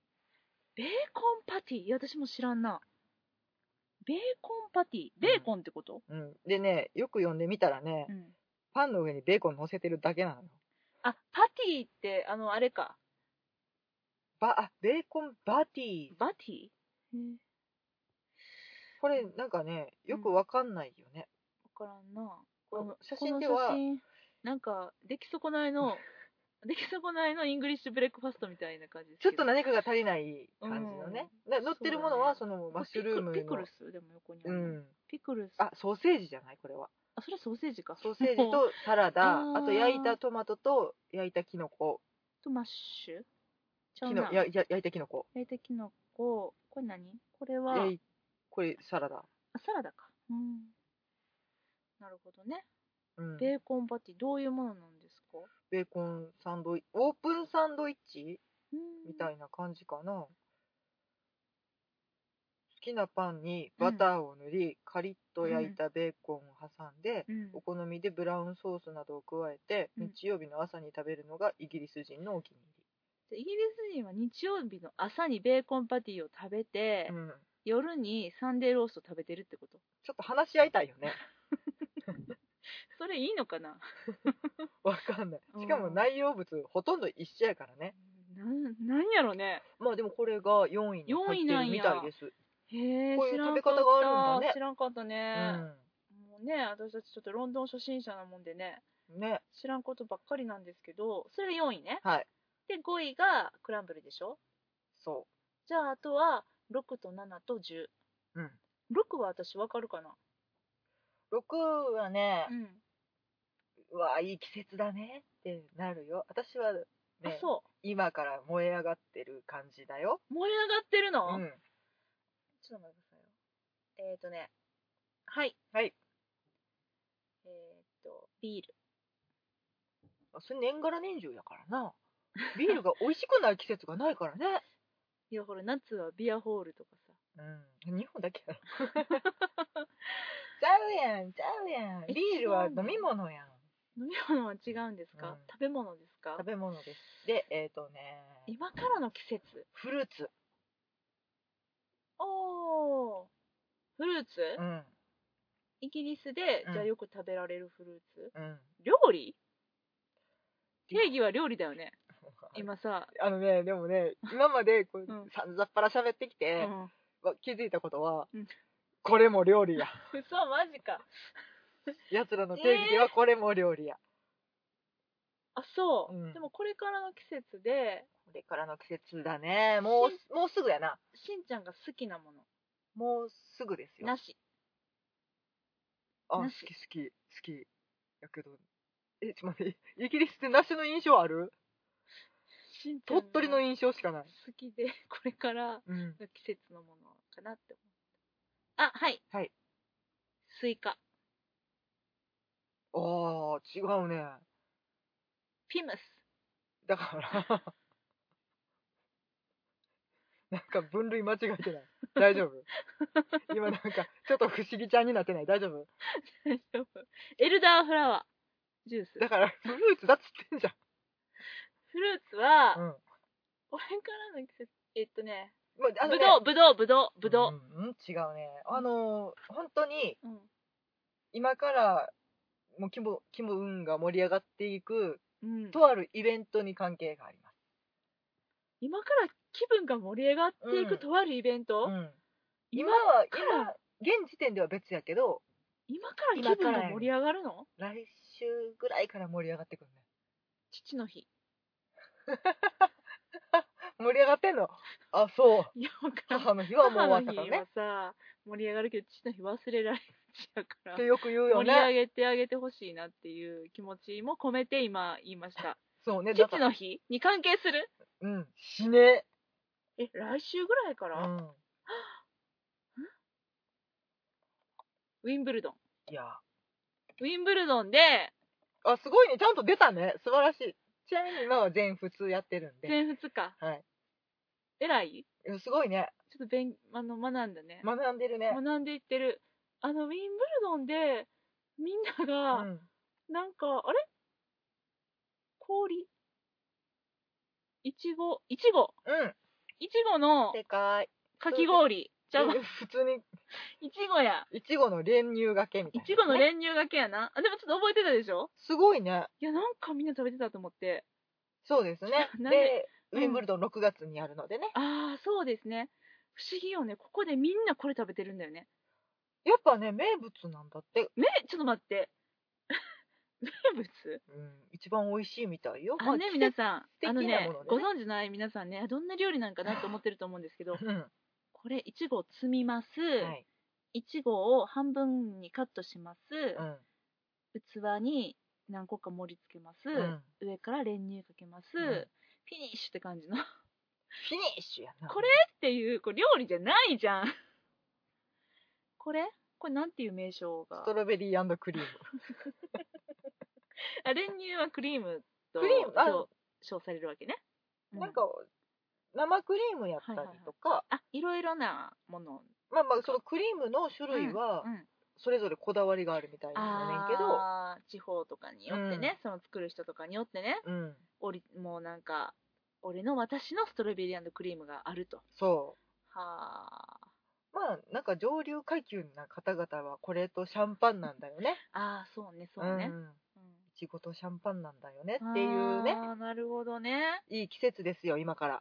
[SPEAKER 1] ベーコンパティいや私も知らんなベーコンパティベーコンってこと、
[SPEAKER 2] うん、でねよく読んでみたらね、
[SPEAKER 1] うん
[SPEAKER 2] パンの上にベーコン乗せてるだけなのよ
[SPEAKER 1] あパティってあのあれか
[SPEAKER 2] ばあベーコンバティ
[SPEAKER 1] バティ分
[SPEAKER 2] これなんかねよくわかんないよね、
[SPEAKER 1] からんな
[SPEAKER 2] こ
[SPEAKER 1] あの
[SPEAKER 2] 写真では
[SPEAKER 1] この写真なんか出来損ない の出来損ないのイングリッシュブレックファストみたいな感じです
[SPEAKER 2] ち
[SPEAKER 1] け
[SPEAKER 2] ょっ
[SPEAKER 1] ど
[SPEAKER 2] と何かが足りない感じのね、だ
[SPEAKER 1] ん
[SPEAKER 2] 乗ってるものはそ
[SPEAKER 1] そ
[SPEAKER 2] の
[SPEAKER 1] こ
[SPEAKER 2] マッシュルームの
[SPEAKER 1] ピクルピクルスでも横にあ
[SPEAKER 2] う
[SPEAKER 1] る、
[SPEAKER 2] ん
[SPEAKER 1] ピクルス
[SPEAKER 2] あソーセージじゃないこれは
[SPEAKER 1] あそれソーセージか
[SPEAKER 2] ソー セージとサラ
[SPEAKER 1] あ
[SPEAKER 2] ダ
[SPEAKER 1] ー
[SPEAKER 2] あと焼いたトマトと焼いたキノコ
[SPEAKER 1] とマッシュちゃう
[SPEAKER 2] キ
[SPEAKER 1] な
[SPEAKER 2] ノやや焼いたキノコ
[SPEAKER 1] 焼いたきのここれ何これは
[SPEAKER 2] 焼いこれサラダ、
[SPEAKER 1] あサラダかうんなるほどね
[SPEAKER 2] うん、ベ
[SPEAKER 1] ベーコンパティどういうものなんですか
[SPEAKER 2] ーコンサンドイオープンサンドイッチみ
[SPEAKER 1] み
[SPEAKER 2] た
[SPEAKER 1] い
[SPEAKER 2] いな感じかな、好きなパンにバターを塗り、カリッと焼いたベーコンを挟んで、
[SPEAKER 1] うん
[SPEAKER 2] お好みでブラウンソースなどを加えて、
[SPEAKER 1] うん
[SPEAKER 2] 日曜日の朝に食べるのがイギリス人のお気に
[SPEAKER 1] でイギリス人は日曜日の朝にベーコンパティを食べて、
[SPEAKER 2] 入り、うん、
[SPEAKER 1] 夜にサンデーロースト食べてるってこと
[SPEAKER 2] ちょっと話し合いたいよね
[SPEAKER 1] それいいのかな
[SPEAKER 2] わかんない
[SPEAKER 1] うん
[SPEAKER 2] しかも内容物ほとんど一緒やからね、
[SPEAKER 1] なんなんやろね
[SPEAKER 2] まあでもこれが4位に入ってるみたいです
[SPEAKER 1] へえ
[SPEAKER 2] こういう
[SPEAKER 1] 知らん
[SPEAKER 2] 食べ方があるんだね
[SPEAKER 1] 知らんかったね、
[SPEAKER 2] う
[SPEAKER 1] もうね私たちちょっとロンドン初心者なもんでね
[SPEAKER 2] んね
[SPEAKER 1] 知らんことばっかりなんですけどそれが4位ね
[SPEAKER 2] はい
[SPEAKER 1] で5位がクランブルでしょ
[SPEAKER 2] そ
[SPEAKER 1] じゃああとは6と7と106
[SPEAKER 2] う、うん、
[SPEAKER 1] は私わかるかな
[SPEAKER 2] 6はね、
[SPEAKER 1] うん、
[SPEAKER 2] うわいい季節だねってなるよ私は
[SPEAKER 1] あ
[SPEAKER 2] ね
[SPEAKER 1] そ
[SPEAKER 2] 今から燃え上がってる感じだよ、
[SPEAKER 1] う燃え上がってるの、
[SPEAKER 2] うん、
[SPEAKER 1] ちょっと待ってくださいよえっ、ー、とねはい
[SPEAKER 2] はい
[SPEAKER 1] えっ、ー、とビール
[SPEAKER 2] それ年がら年中やからなビールが美味しくなる季節がないからね、
[SPEAKER 1] いやほら夏はビアホールとかさ
[SPEAKER 2] うん、日本だけやろ ちゃうやんちゃうやん
[SPEAKER 1] え
[SPEAKER 2] ビールは
[SPEAKER 1] 違うの
[SPEAKER 2] 飲み物やん
[SPEAKER 1] 飲み物は違うんですか、
[SPEAKER 2] うん
[SPEAKER 1] 食べ物ですか
[SPEAKER 2] 食べ物ですでえっ、とね
[SPEAKER 1] 今からの季節
[SPEAKER 2] フルーツ
[SPEAKER 1] おおフルーツ、
[SPEAKER 2] うん
[SPEAKER 1] イギリスで
[SPEAKER 2] うん
[SPEAKER 1] じゃあよく食べられるフルーツ、
[SPEAKER 2] うん
[SPEAKER 1] 料理定義は料理だよね今さ、
[SPEAKER 2] あのねでもね今までこう、
[SPEAKER 1] うん
[SPEAKER 2] さんざっぱら喋ってき
[SPEAKER 1] う
[SPEAKER 2] て、
[SPEAKER 1] ん、
[SPEAKER 2] わ気づいたことは、
[SPEAKER 1] うん
[SPEAKER 2] これも料 理や
[SPEAKER 1] 嘘マジか
[SPEAKER 2] やつらの定義ではこれも料理や、
[SPEAKER 1] あそう、
[SPEAKER 2] うん
[SPEAKER 1] でもこれからの季節で
[SPEAKER 2] これからの季節だねもうもうすぐやな
[SPEAKER 1] しんちゃんが好きなもの
[SPEAKER 2] もうすぐですよ
[SPEAKER 1] なし
[SPEAKER 2] あ好
[SPEAKER 1] なし
[SPEAKER 2] き好き好きやけどえちょっと待ってイギリスって梨の印象ある
[SPEAKER 1] しんちゃん
[SPEAKER 2] 鳥
[SPEAKER 1] が
[SPEAKER 2] 取の印象しかない、
[SPEAKER 1] 好きで これから
[SPEAKER 2] うん、
[SPEAKER 1] の季節のものかなって思ったあはい
[SPEAKER 2] はい
[SPEAKER 1] スイカ
[SPEAKER 2] ああ違うね
[SPEAKER 1] ピムス
[SPEAKER 2] だからなんか分類間違えてない大丈夫今なんかちょっと不思議ちゃんになってない大丈夫
[SPEAKER 1] 大丈夫エルダーフラワージュース
[SPEAKER 2] だからフルーツだっつってんじ
[SPEAKER 1] フルーツは、
[SPEAKER 2] ゃん、うん
[SPEAKER 1] これからの季節えっとね
[SPEAKER 2] まああの
[SPEAKER 1] ぶ
[SPEAKER 2] ね
[SPEAKER 1] どうぶどうぶどうぶどう
[SPEAKER 2] うんうん違うねあのー本当に
[SPEAKER 1] うん
[SPEAKER 2] 今からもう気も気も運が盛り上がっていく
[SPEAKER 1] うん、
[SPEAKER 2] とあるイベントに関係があります。
[SPEAKER 1] 今から気分が盛り上がってい
[SPEAKER 2] うん
[SPEAKER 1] くとあるイベント、
[SPEAKER 2] うん
[SPEAKER 1] 今
[SPEAKER 2] 今は
[SPEAKER 1] から
[SPEAKER 2] 今現時点では別やけど
[SPEAKER 1] 今から気分
[SPEAKER 2] 今から
[SPEAKER 1] が
[SPEAKER 2] や
[SPEAKER 1] 盛り上がるの
[SPEAKER 2] 来週ぐらいから盛り上がってくるね。
[SPEAKER 1] 父の日
[SPEAKER 2] 盛り上がってんのあそう
[SPEAKER 1] いやわからん
[SPEAKER 2] 母の日はもう終わっ
[SPEAKER 1] 母
[SPEAKER 2] たか
[SPEAKER 1] の
[SPEAKER 2] ら
[SPEAKER 1] 日
[SPEAKER 2] ね
[SPEAKER 1] はさ盛り上がるけど父の日忘れられちゃうか
[SPEAKER 2] っ
[SPEAKER 1] ら
[SPEAKER 2] てよく言うよ
[SPEAKER 1] 盛り上
[SPEAKER 2] ね
[SPEAKER 1] げてあげてほしいなっていう気持ちも込めて今言いました
[SPEAKER 2] そうねだか
[SPEAKER 1] 父
[SPEAKER 2] ら
[SPEAKER 1] の日に関係する
[SPEAKER 2] うん死ね
[SPEAKER 1] え来週ぐらいか
[SPEAKER 2] う
[SPEAKER 1] ら、
[SPEAKER 2] ん
[SPEAKER 1] ウィンブルドン
[SPEAKER 2] いや
[SPEAKER 1] ウィンブルドンで
[SPEAKER 2] あすごいねちゃんと出たね素晴らしいちなみに今は全普通やってるんで、
[SPEAKER 1] 全仏か
[SPEAKER 2] はい
[SPEAKER 1] 偉い
[SPEAKER 2] うんすごいね
[SPEAKER 1] ちょっと勉あの学んだね、
[SPEAKER 2] 学んでるね、
[SPEAKER 1] 学んでいってるあのウィンブルドンでみんなが、
[SPEAKER 2] うん、
[SPEAKER 1] なんかあれ氷いちごいちご
[SPEAKER 2] うん、
[SPEAKER 1] いちごの
[SPEAKER 2] 正解
[SPEAKER 1] かき氷じゃあ
[SPEAKER 2] うん普通に
[SPEAKER 1] いちごや
[SPEAKER 2] いちごの練乳がけみ
[SPEAKER 1] い
[SPEAKER 2] たいな、
[SPEAKER 1] ちごの練乳がけやなあでもちょっと覚えてたでしょ
[SPEAKER 2] すごいね
[SPEAKER 1] いやなんかみんな食べてたと思って
[SPEAKER 2] そうですね
[SPEAKER 1] なん
[SPEAKER 2] で
[SPEAKER 1] で
[SPEAKER 2] ウィンブルドン6月にやるのでね、
[SPEAKER 1] ああそうですね不思議よねここでみんなこれ食べてるんだよね
[SPEAKER 2] やっぱね名物なんだって、
[SPEAKER 1] めちょっと待って 名物
[SPEAKER 2] うん、一番美味しいみたいよ
[SPEAKER 1] あのね皆さん
[SPEAKER 2] 的
[SPEAKER 1] あの
[SPEAKER 2] なも
[SPEAKER 1] ね
[SPEAKER 2] のでね
[SPEAKER 1] ご存知ない皆さんねどんな料理なんかなと思ってると思うんですけど
[SPEAKER 2] ん、うん
[SPEAKER 1] これいちごを摘みます、
[SPEAKER 2] はい
[SPEAKER 1] いちごを半分にカットします、
[SPEAKER 2] うん
[SPEAKER 1] 器に何個か盛り付けます、
[SPEAKER 2] うん
[SPEAKER 1] 上から練乳かけます、
[SPEAKER 2] ん
[SPEAKER 1] フィニッシュって感じの っ
[SPEAKER 2] フィニッシュやな
[SPEAKER 1] これていうこう料理じゃないじゃん これこれなんていう名称が
[SPEAKER 2] ストロベリークリーム
[SPEAKER 1] あ練乳はクリームと
[SPEAKER 2] クリームあ
[SPEAKER 1] そう称されるわけね、う
[SPEAKER 2] なんか生クリームやったりとか、
[SPEAKER 1] あいろいろなもの
[SPEAKER 2] まあまあそのクリームの種類は
[SPEAKER 1] うんうん
[SPEAKER 2] それぞれこだわりがあるみたいなんだけど、
[SPEAKER 1] あー地方とかによってね、その作る人とかによってね
[SPEAKER 2] うん
[SPEAKER 1] おりもうなんか俺の私のストロベリークリームがあると
[SPEAKER 2] そ
[SPEAKER 1] はあ
[SPEAKER 2] うまあなんか上流階級な方々はこれとシャンパンなんだよね
[SPEAKER 1] ああそうねそうね
[SPEAKER 2] う、ん
[SPEAKER 1] うん
[SPEAKER 2] いちごとシャンパンなんだよねっていうね
[SPEAKER 1] あーなるほどね
[SPEAKER 2] いい季節ですよ今から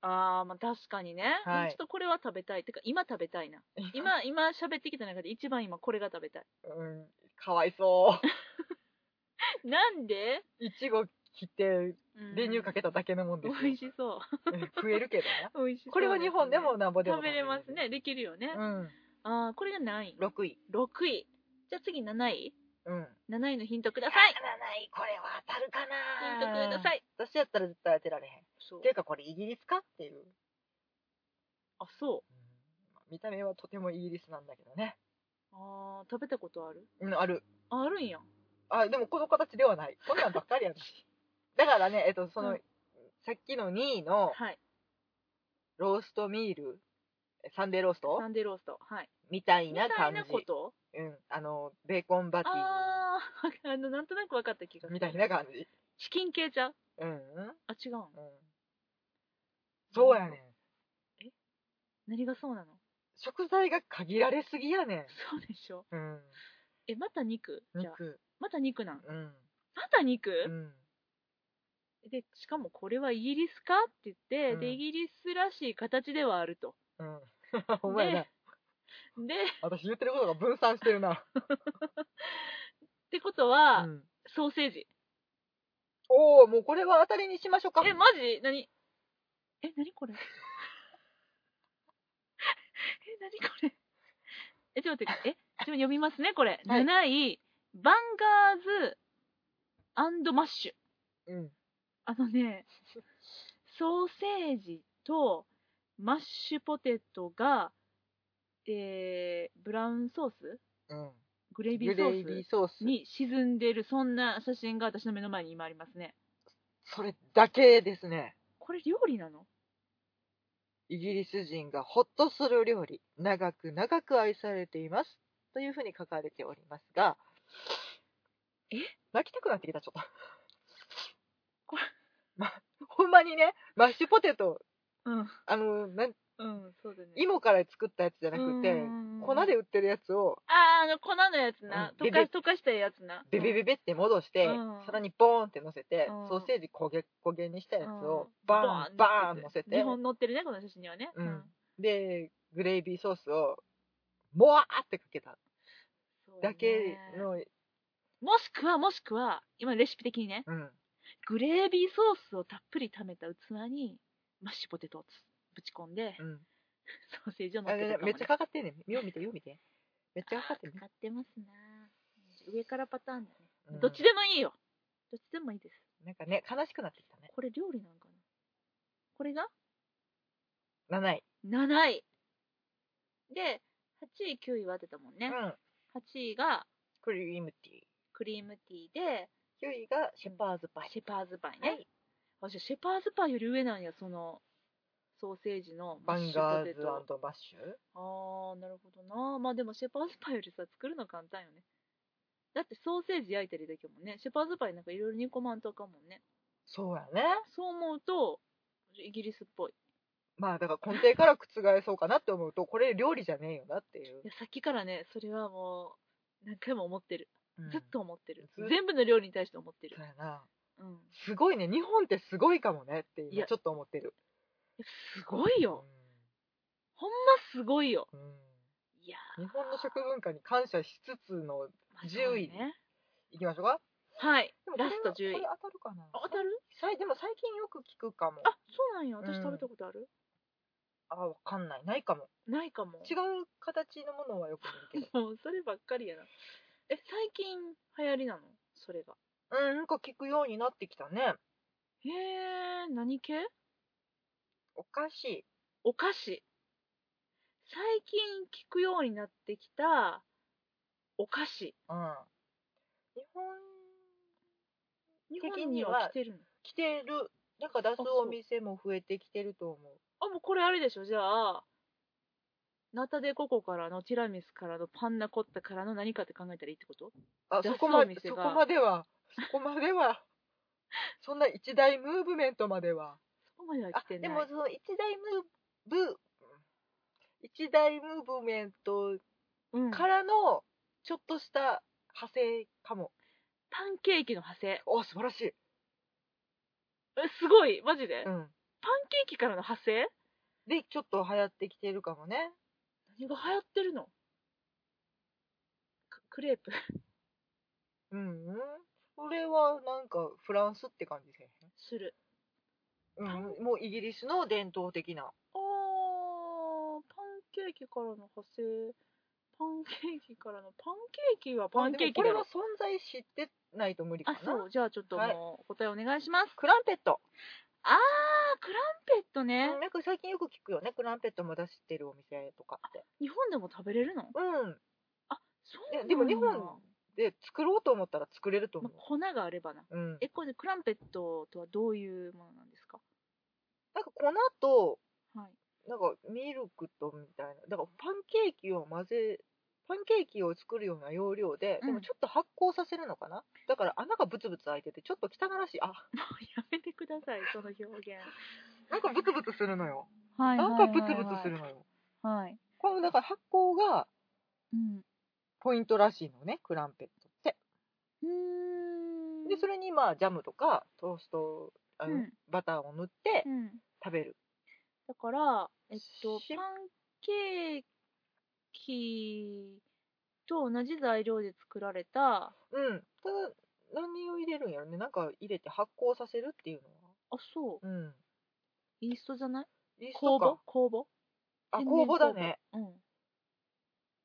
[SPEAKER 1] ああまあ確かにね、
[SPEAKER 2] はい
[SPEAKER 1] ちょっとこれは食べたいてか今食べたい な今今喋ってきた中で一番今これが食べたい
[SPEAKER 2] うんかわいそ
[SPEAKER 1] なんで
[SPEAKER 2] ういちご切って練乳かけただ
[SPEAKER 1] け
[SPEAKER 2] けのもんです
[SPEAKER 1] 美
[SPEAKER 2] よ
[SPEAKER 1] 味しそう
[SPEAKER 2] 食えるけどな
[SPEAKER 1] 美 味しそうすね
[SPEAKER 2] これは日本でもなんぼでも
[SPEAKER 1] 食べれますねできるよね、
[SPEAKER 2] うん
[SPEAKER 1] ああこれが何位
[SPEAKER 2] 6位
[SPEAKER 1] 6位じゃあ次7位
[SPEAKER 2] うん
[SPEAKER 1] 7位のヒントください
[SPEAKER 2] いこれは当たるか
[SPEAKER 1] ヒントくださ
[SPEAKER 2] い
[SPEAKER 1] い
[SPEAKER 2] 私やったら絶対当てられへん
[SPEAKER 1] そう
[SPEAKER 2] ていうかこれイギリスかっていう、
[SPEAKER 1] あそう
[SPEAKER 2] 見た目はとてもイギリスなんだけどね
[SPEAKER 1] あー食べたことある
[SPEAKER 2] うんある
[SPEAKER 1] ああるんや
[SPEAKER 2] あでもこの形ではないこんなんばっか りやなだからねえっとその、
[SPEAKER 1] うん
[SPEAKER 2] さっきの2位の
[SPEAKER 1] はい
[SPEAKER 2] ローストミールえサンデーロースト
[SPEAKER 1] サンデーローストはい
[SPEAKER 2] みたい
[SPEAKER 1] み
[SPEAKER 2] な
[SPEAKER 1] た
[SPEAKER 2] 感
[SPEAKER 1] い
[SPEAKER 2] じ
[SPEAKER 1] なこと
[SPEAKER 2] うん、あのベーコンバティ
[SPEAKER 1] あーあのなんとなく分かった気がする
[SPEAKER 2] みたいな感じ
[SPEAKER 1] チキン系ちゃう
[SPEAKER 2] うん、うん
[SPEAKER 1] あ違うの
[SPEAKER 2] うん、そうやねん
[SPEAKER 1] 何がそうなの
[SPEAKER 2] 食材が限られすぎやね
[SPEAKER 1] そうでしょ
[SPEAKER 2] ん、うん、
[SPEAKER 1] えまた肉じゃあ
[SPEAKER 2] 肉
[SPEAKER 1] また肉なん
[SPEAKER 2] うん、
[SPEAKER 1] また肉、
[SPEAKER 2] うん、
[SPEAKER 1] でしかもこれはイギリスかって言って、
[SPEAKER 2] うん
[SPEAKER 1] でイギリスらしい形ではあると
[SPEAKER 2] うん。お前な
[SPEAKER 1] ね、でっ
[SPEAKER 2] 私言ってることが分散してるな。
[SPEAKER 1] てことは、
[SPEAKER 2] うん
[SPEAKER 1] ソーセージ
[SPEAKER 2] おお、もうこれは当たりにしましょうか。
[SPEAKER 1] えマジ何え何これ え何これえちょっと待ってえ自分読みますねこれ、
[SPEAKER 2] はい
[SPEAKER 1] 7位バンガーズアンドマッシュ
[SPEAKER 2] うん。
[SPEAKER 1] あのねソーセージとマッシュポテトがえー、ブラウンソース
[SPEAKER 2] うん。
[SPEAKER 1] グレービ
[SPEAKER 2] グ
[SPEAKER 1] ーソ
[SPEAKER 2] レイビ
[SPEAKER 1] ー
[SPEAKER 2] ー
[SPEAKER 1] ス
[SPEAKER 2] ソース。
[SPEAKER 1] に沈んでるそんな写真が私の目の前に今ありますね
[SPEAKER 2] それだけですね。
[SPEAKER 1] これ料理なの
[SPEAKER 2] イギリス人がホッとする料理、長く長く愛されています。というふうに書かれておりますが、
[SPEAKER 1] え
[SPEAKER 2] 泣きたくなってきた、ちょっと。
[SPEAKER 1] これ、
[SPEAKER 2] ま、ほんまにね、マッシュポテト、
[SPEAKER 1] うん
[SPEAKER 2] あの、なん
[SPEAKER 1] うん、そうだね。
[SPEAKER 2] 芋から作ったやつじゃなくて
[SPEAKER 1] うん
[SPEAKER 2] 粉で売ってるやつを
[SPEAKER 1] あー、あの、粉のやつな。
[SPEAKER 2] うん
[SPEAKER 1] 溶か
[SPEAKER 2] で
[SPEAKER 1] 溶かしたやつな。
[SPEAKER 2] ベベベベって戻して
[SPEAKER 1] うん
[SPEAKER 2] 皿にボーンって乗せて
[SPEAKER 1] うん
[SPEAKER 2] ソーセージ焦げ焦げにしたやつを
[SPEAKER 1] うん
[SPEAKER 2] バーンバーン乗せ
[SPEAKER 1] 日
[SPEAKER 2] て
[SPEAKER 1] 本乗ってるね、この写真にはね。
[SPEAKER 2] うんでグレービーソースをもわーってかけた
[SPEAKER 1] そうね
[SPEAKER 2] だけの
[SPEAKER 1] もしくは、もしくは、今レシピ的にね、
[SPEAKER 2] うん
[SPEAKER 1] グレービーソースをたっぷり溜めた器に、マッシュポテトをつぶち込んで、
[SPEAKER 2] うん
[SPEAKER 1] ソーセージを乗
[SPEAKER 2] あ
[SPEAKER 1] っけて
[SPEAKER 2] れ
[SPEAKER 1] たも
[SPEAKER 2] め
[SPEAKER 1] ね
[SPEAKER 2] っちゃかかってんねんよう見てよう見てめっちゃかかってんね
[SPEAKER 1] かってますな上からパターンだね。
[SPEAKER 2] うん
[SPEAKER 1] どっちでもいいよ。どっちでもいいです。
[SPEAKER 2] なんかね悲しくなってきたね
[SPEAKER 1] これ料理なんかなこれが
[SPEAKER 2] 7位
[SPEAKER 1] 7位。で、8位、9位は当てたもん
[SPEAKER 2] う
[SPEAKER 1] ね。
[SPEAKER 2] ん
[SPEAKER 1] 8位が
[SPEAKER 2] クリームティー
[SPEAKER 1] クリームティーで、
[SPEAKER 2] 9位がシェパーズパイ
[SPEAKER 1] シェパーズパイね。
[SPEAKER 2] はい
[SPEAKER 1] あじゃあシェパーズパイより上なんや、そのソーセージのマ
[SPEAKER 2] バ
[SPEAKER 1] ッ
[SPEAKER 2] ン
[SPEAKER 1] シュ
[SPEAKER 2] ガ
[SPEAKER 1] ポ
[SPEAKER 2] ー
[SPEAKER 1] テ
[SPEAKER 2] ズ
[SPEAKER 1] ト。
[SPEAKER 2] マッシュ
[SPEAKER 1] ああ、なるほどな。まあでもシェパーズパイよりさ、作るの簡単よね。だってソーセージ焼いたりだけもんね。シェパーズパイなんかいろいろ煮込まんとあかんもんね。
[SPEAKER 2] そうやね
[SPEAKER 1] そう思うと、イギリスっぽい。
[SPEAKER 2] まあだから根底から覆そうかなって思うとこれ料理じゃねえよなっていう
[SPEAKER 1] い、や、さっきからね、それはもう、何回も思ってる。
[SPEAKER 2] うん
[SPEAKER 1] ずっと思ってる。
[SPEAKER 2] ず
[SPEAKER 1] 全部の料理に対して思ってる
[SPEAKER 2] そう。やな
[SPEAKER 1] うん。
[SPEAKER 2] すごいね日本ってすごいかもねって
[SPEAKER 1] い
[SPEAKER 2] 今
[SPEAKER 1] や
[SPEAKER 2] ちょっと思ってる
[SPEAKER 1] すごいよ。ほんますごいよ。
[SPEAKER 2] うんうん
[SPEAKER 1] いや
[SPEAKER 2] 日本の食文化に感謝しつつの
[SPEAKER 1] ー、まあ
[SPEAKER 2] 10位
[SPEAKER 1] そうね。
[SPEAKER 2] いきましょうか
[SPEAKER 1] はい。
[SPEAKER 2] でもこれ
[SPEAKER 1] ラ
[SPEAKER 2] は
[SPEAKER 1] スト10
[SPEAKER 2] こ
[SPEAKER 1] 位
[SPEAKER 2] れ。当たるかな
[SPEAKER 1] あ当たる
[SPEAKER 2] さいでも最近よく聞くかも
[SPEAKER 1] あ、そうなんや。
[SPEAKER 2] う
[SPEAKER 1] 私
[SPEAKER 2] ん
[SPEAKER 1] 食べたことある、
[SPEAKER 2] あわかんないないかも
[SPEAKER 1] ないかも。
[SPEAKER 2] 違う形のものはよく見るけど
[SPEAKER 1] もうそればっかりやな。え、最近流行りなのそれが。
[SPEAKER 2] うんなんか聞くようになってきたね
[SPEAKER 1] へえ、何系
[SPEAKER 2] おかしい
[SPEAKER 1] お菓子。最近聞くようになってきたお菓子。
[SPEAKER 2] うん日本
[SPEAKER 1] 日
[SPEAKER 2] 的
[SPEAKER 1] 本
[SPEAKER 2] に
[SPEAKER 1] に
[SPEAKER 2] は
[SPEAKER 1] は来てるの。
[SPEAKER 2] 来てるなんか出す
[SPEAKER 1] あそう
[SPEAKER 2] お店も増えてきてると思う
[SPEAKER 1] あ、もうこれあれでしょじゃあ、ナタデココからのティラミスからのパンナコッタからの何かって考えたらいいってこと
[SPEAKER 2] あ
[SPEAKER 1] 出す
[SPEAKER 2] そこま
[SPEAKER 1] お
[SPEAKER 2] で
[SPEAKER 1] 店
[SPEAKER 2] そ
[SPEAKER 1] が
[SPEAKER 2] こまではそこまでは そんな一大ムーブメントまでは
[SPEAKER 1] そこまでは
[SPEAKER 2] あ
[SPEAKER 1] 来てな
[SPEAKER 2] で
[SPEAKER 1] い。
[SPEAKER 2] もその一大ムーブ一大ムーブメント
[SPEAKER 1] うん、パ
[SPEAKER 2] か
[SPEAKER 1] ン
[SPEAKER 2] らのちょっとした派生かも、
[SPEAKER 1] ケーキの派生。
[SPEAKER 2] お素晴らしい、
[SPEAKER 1] え、すごいマジで、
[SPEAKER 2] う
[SPEAKER 1] パン
[SPEAKER 2] ん、
[SPEAKER 1] ケーキからの派生
[SPEAKER 2] でちょっと流行ってきてるかもね
[SPEAKER 1] 何が流行ってるのククレープ。
[SPEAKER 2] うんうんそれはなんかフランスって感じせえ
[SPEAKER 1] する。
[SPEAKER 2] へん、うんうん、もうイギリスの伝統的な
[SPEAKER 1] あー、パンケーキからの派生。パンケーキからの、パンケーキはパンケーキ
[SPEAKER 2] ま
[SPEAKER 1] だ
[SPEAKER 2] あで
[SPEAKER 1] ろ
[SPEAKER 2] もこ。れは存在知ってないと無理か
[SPEAKER 1] あ
[SPEAKER 2] な、
[SPEAKER 1] そう。じゃあちょっともう、答えお願いします。
[SPEAKER 2] クランペット、
[SPEAKER 1] あー、クランペットね。
[SPEAKER 2] うんなんか最近よく聞くよねクランペットも出してるお店とかって
[SPEAKER 1] 日本でも食べれるの
[SPEAKER 2] うん
[SPEAKER 1] あ、そうなん
[SPEAKER 2] い
[SPEAKER 1] だ
[SPEAKER 2] やでも日本で作ろうと思ったら作れると
[SPEAKER 1] ま
[SPEAKER 2] 思
[SPEAKER 1] あ、粉があればな。
[SPEAKER 2] う、うん、
[SPEAKER 1] え、これクランペットとはどういうものなんですか
[SPEAKER 2] なんか粉と
[SPEAKER 1] はい。
[SPEAKER 2] なんかミルクとみたいなだからパンケーキを混ぜパンケーキを作るような要領で、
[SPEAKER 1] うん
[SPEAKER 2] でもちょっと発酵させるのかなだから穴がブツブツ開いててちょっと汚らしいあ
[SPEAKER 1] もうやめてください、その表現。
[SPEAKER 2] なんかブツブツするのよ
[SPEAKER 1] はい
[SPEAKER 2] なんかブツブツする。のよ
[SPEAKER 1] はい。
[SPEAKER 2] このだから発酵が
[SPEAKER 1] うん。
[SPEAKER 2] ポイントらしいのねクランペットって
[SPEAKER 1] うーん。
[SPEAKER 2] でそれにまあジャムとかトーストあの
[SPEAKER 1] うん
[SPEAKER 2] バターを塗って
[SPEAKER 1] うん。
[SPEAKER 2] 食べる、
[SPEAKER 1] だから、えっと、
[SPEAKER 2] し
[SPEAKER 1] パンケーキと同じ材料で作られた、
[SPEAKER 2] うん、ただ何を入れるんやろねなんか入れて発酵させるっていう
[SPEAKER 1] あ、そう。
[SPEAKER 2] のはうん
[SPEAKER 1] イーストじゃない
[SPEAKER 2] イース
[SPEAKER 1] 酵
[SPEAKER 2] ト
[SPEAKER 1] 母
[SPEAKER 2] か
[SPEAKER 1] 酵母
[SPEAKER 2] あ
[SPEAKER 1] 天然
[SPEAKER 2] 酵母だね
[SPEAKER 1] うん。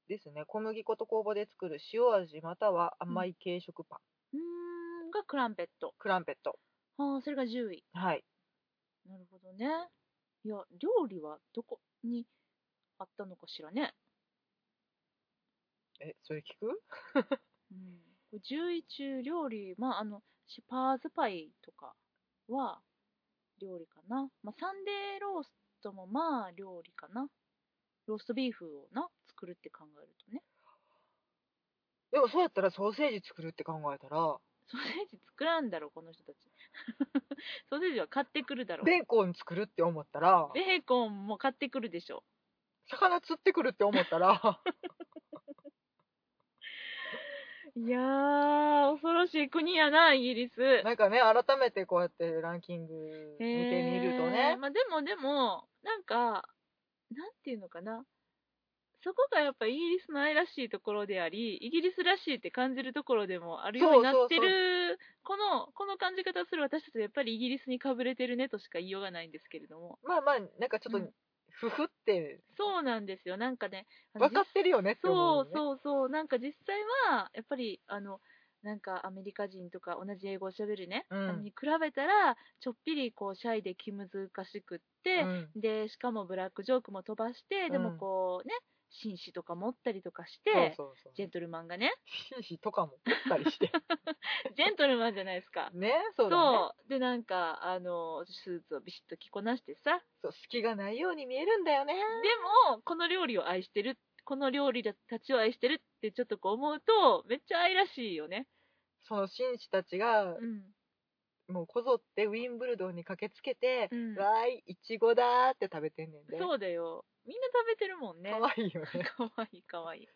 [SPEAKER 2] ですね小麦粉と酵母で作る塩味または甘い軽食パ
[SPEAKER 1] う
[SPEAKER 2] ン、
[SPEAKER 1] ーん、がクランペット。
[SPEAKER 2] クランペット
[SPEAKER 1] ああ、それが10位。
[SPEAKER 2] はい
[SPEAKER 1] なるほどね。いや、料理はどこにあったのかしらね。
[SPEAKER 2] えそれ聞く
[SPEAKER 1] うん、これ10位中料理、まあ、あの、シェパーズパイとかは料理かな。まあ、サンデーローストもまあ料理かな。ローストビーフをな、作るって考えるとね。
[SPEAKER 2] でもそうやったらソーセージ作るって考えたら
[SPEAKER 1] ソーセージ作らんだろこの人たち ソーセージは買ってくるだろう
[SPEAKER 2] ベーコン作るって思ったら
[SPEAKER 1] ベーコンも買ってくるでしょ
[SPEAKER 2] 魚釣ってくるって思っ たら
[SPEAKER 1] いやー恐ろしい国やなイギリス
[SPEAKER 2] なんかね改めてこうやってランキング見てみると
[SPEAKER 1] えー
[SPEAKER 2] ね、
[SPEAKER 1] まあ、でもでもなんかなんていうのかなそこがやっぱイギリスの愛らしいところでありイギリスらしいって感じるところでもあるようになってる
[SPEAKER 2] そう
[SPEAKER 1] このこの感じ方をする私たちはやっぱりイギリスにかぶれてるねとしか言いようがないんですけれども
[SPEAKER 2] まあまあなんかちょっ
[SPEAKER 1] う
[SPEAKER 2] と
[SPEAKER 1] ん
[SPEAKER 2] ふふって
[SPEAKER 1] そうなんですよなんかねあの
[SPEAKER 2] 分かってるよねって
[SPEAKER 1] そ
[SPEAKER 2] 思
[SPEAKER 1] う
[SPEAKER 2] よ
[SPEAKER 1] う
[SPEAKER 2] ね
[SPEAKER 1] そうそうなんか実際はやっぱりあのなんかアメリカ人とか同じ英語をしゃべるね、
[SPEAKER 2] うん
[SPEAKER 1] あのに比べたらちょっぴりこうシャイで気難しくって、
[SPEAKER 2] うん
[SPEAKER 1] でしかもブラックジョークも飛ばしてでも
[SPEAKER 2] うん
[SPEAKER 1] こうね紳士とか持ったりとかして
[SPEAKER 2] そうそうそ
[SPEAKER 1] ジェ
[SPEAKER 2] う
[SPEAKER 1] ントルマンがね
[SPEAKER 2] 紳士とかも打ったりして
[SPEAKER 1] ジェントルマンじゃないですか
[SPEAKER 2] ねそうだね
[SPEAKER 1] そうでなんかあのスーツをビシッと着こなしてさ
[SPEAKER 2] そう隙がないように見えるんだよね
[SPEAKER 1] でもこの料理を愛してるこの料理たちを愛してるってちょっとこう思うとめっちゃ愛らしいよね
[SPEAKER 2] その紳士たちが
[SPEAKER 1] うん
[SPEAKER 2] もうこぞってウィンブルドンに駆けつけて
[SPEAKER 1] う
[SPEAKER 2] 「
[SPEAKER 1] ん
[SPEAKER 2] わーいいちごだ」って食べてんねんで
[SPEAKER 1] そうだよみんな食べてるもんね
[SPEAKER 2] かわいいよね
[SPEAKER 1] かわいいかわいい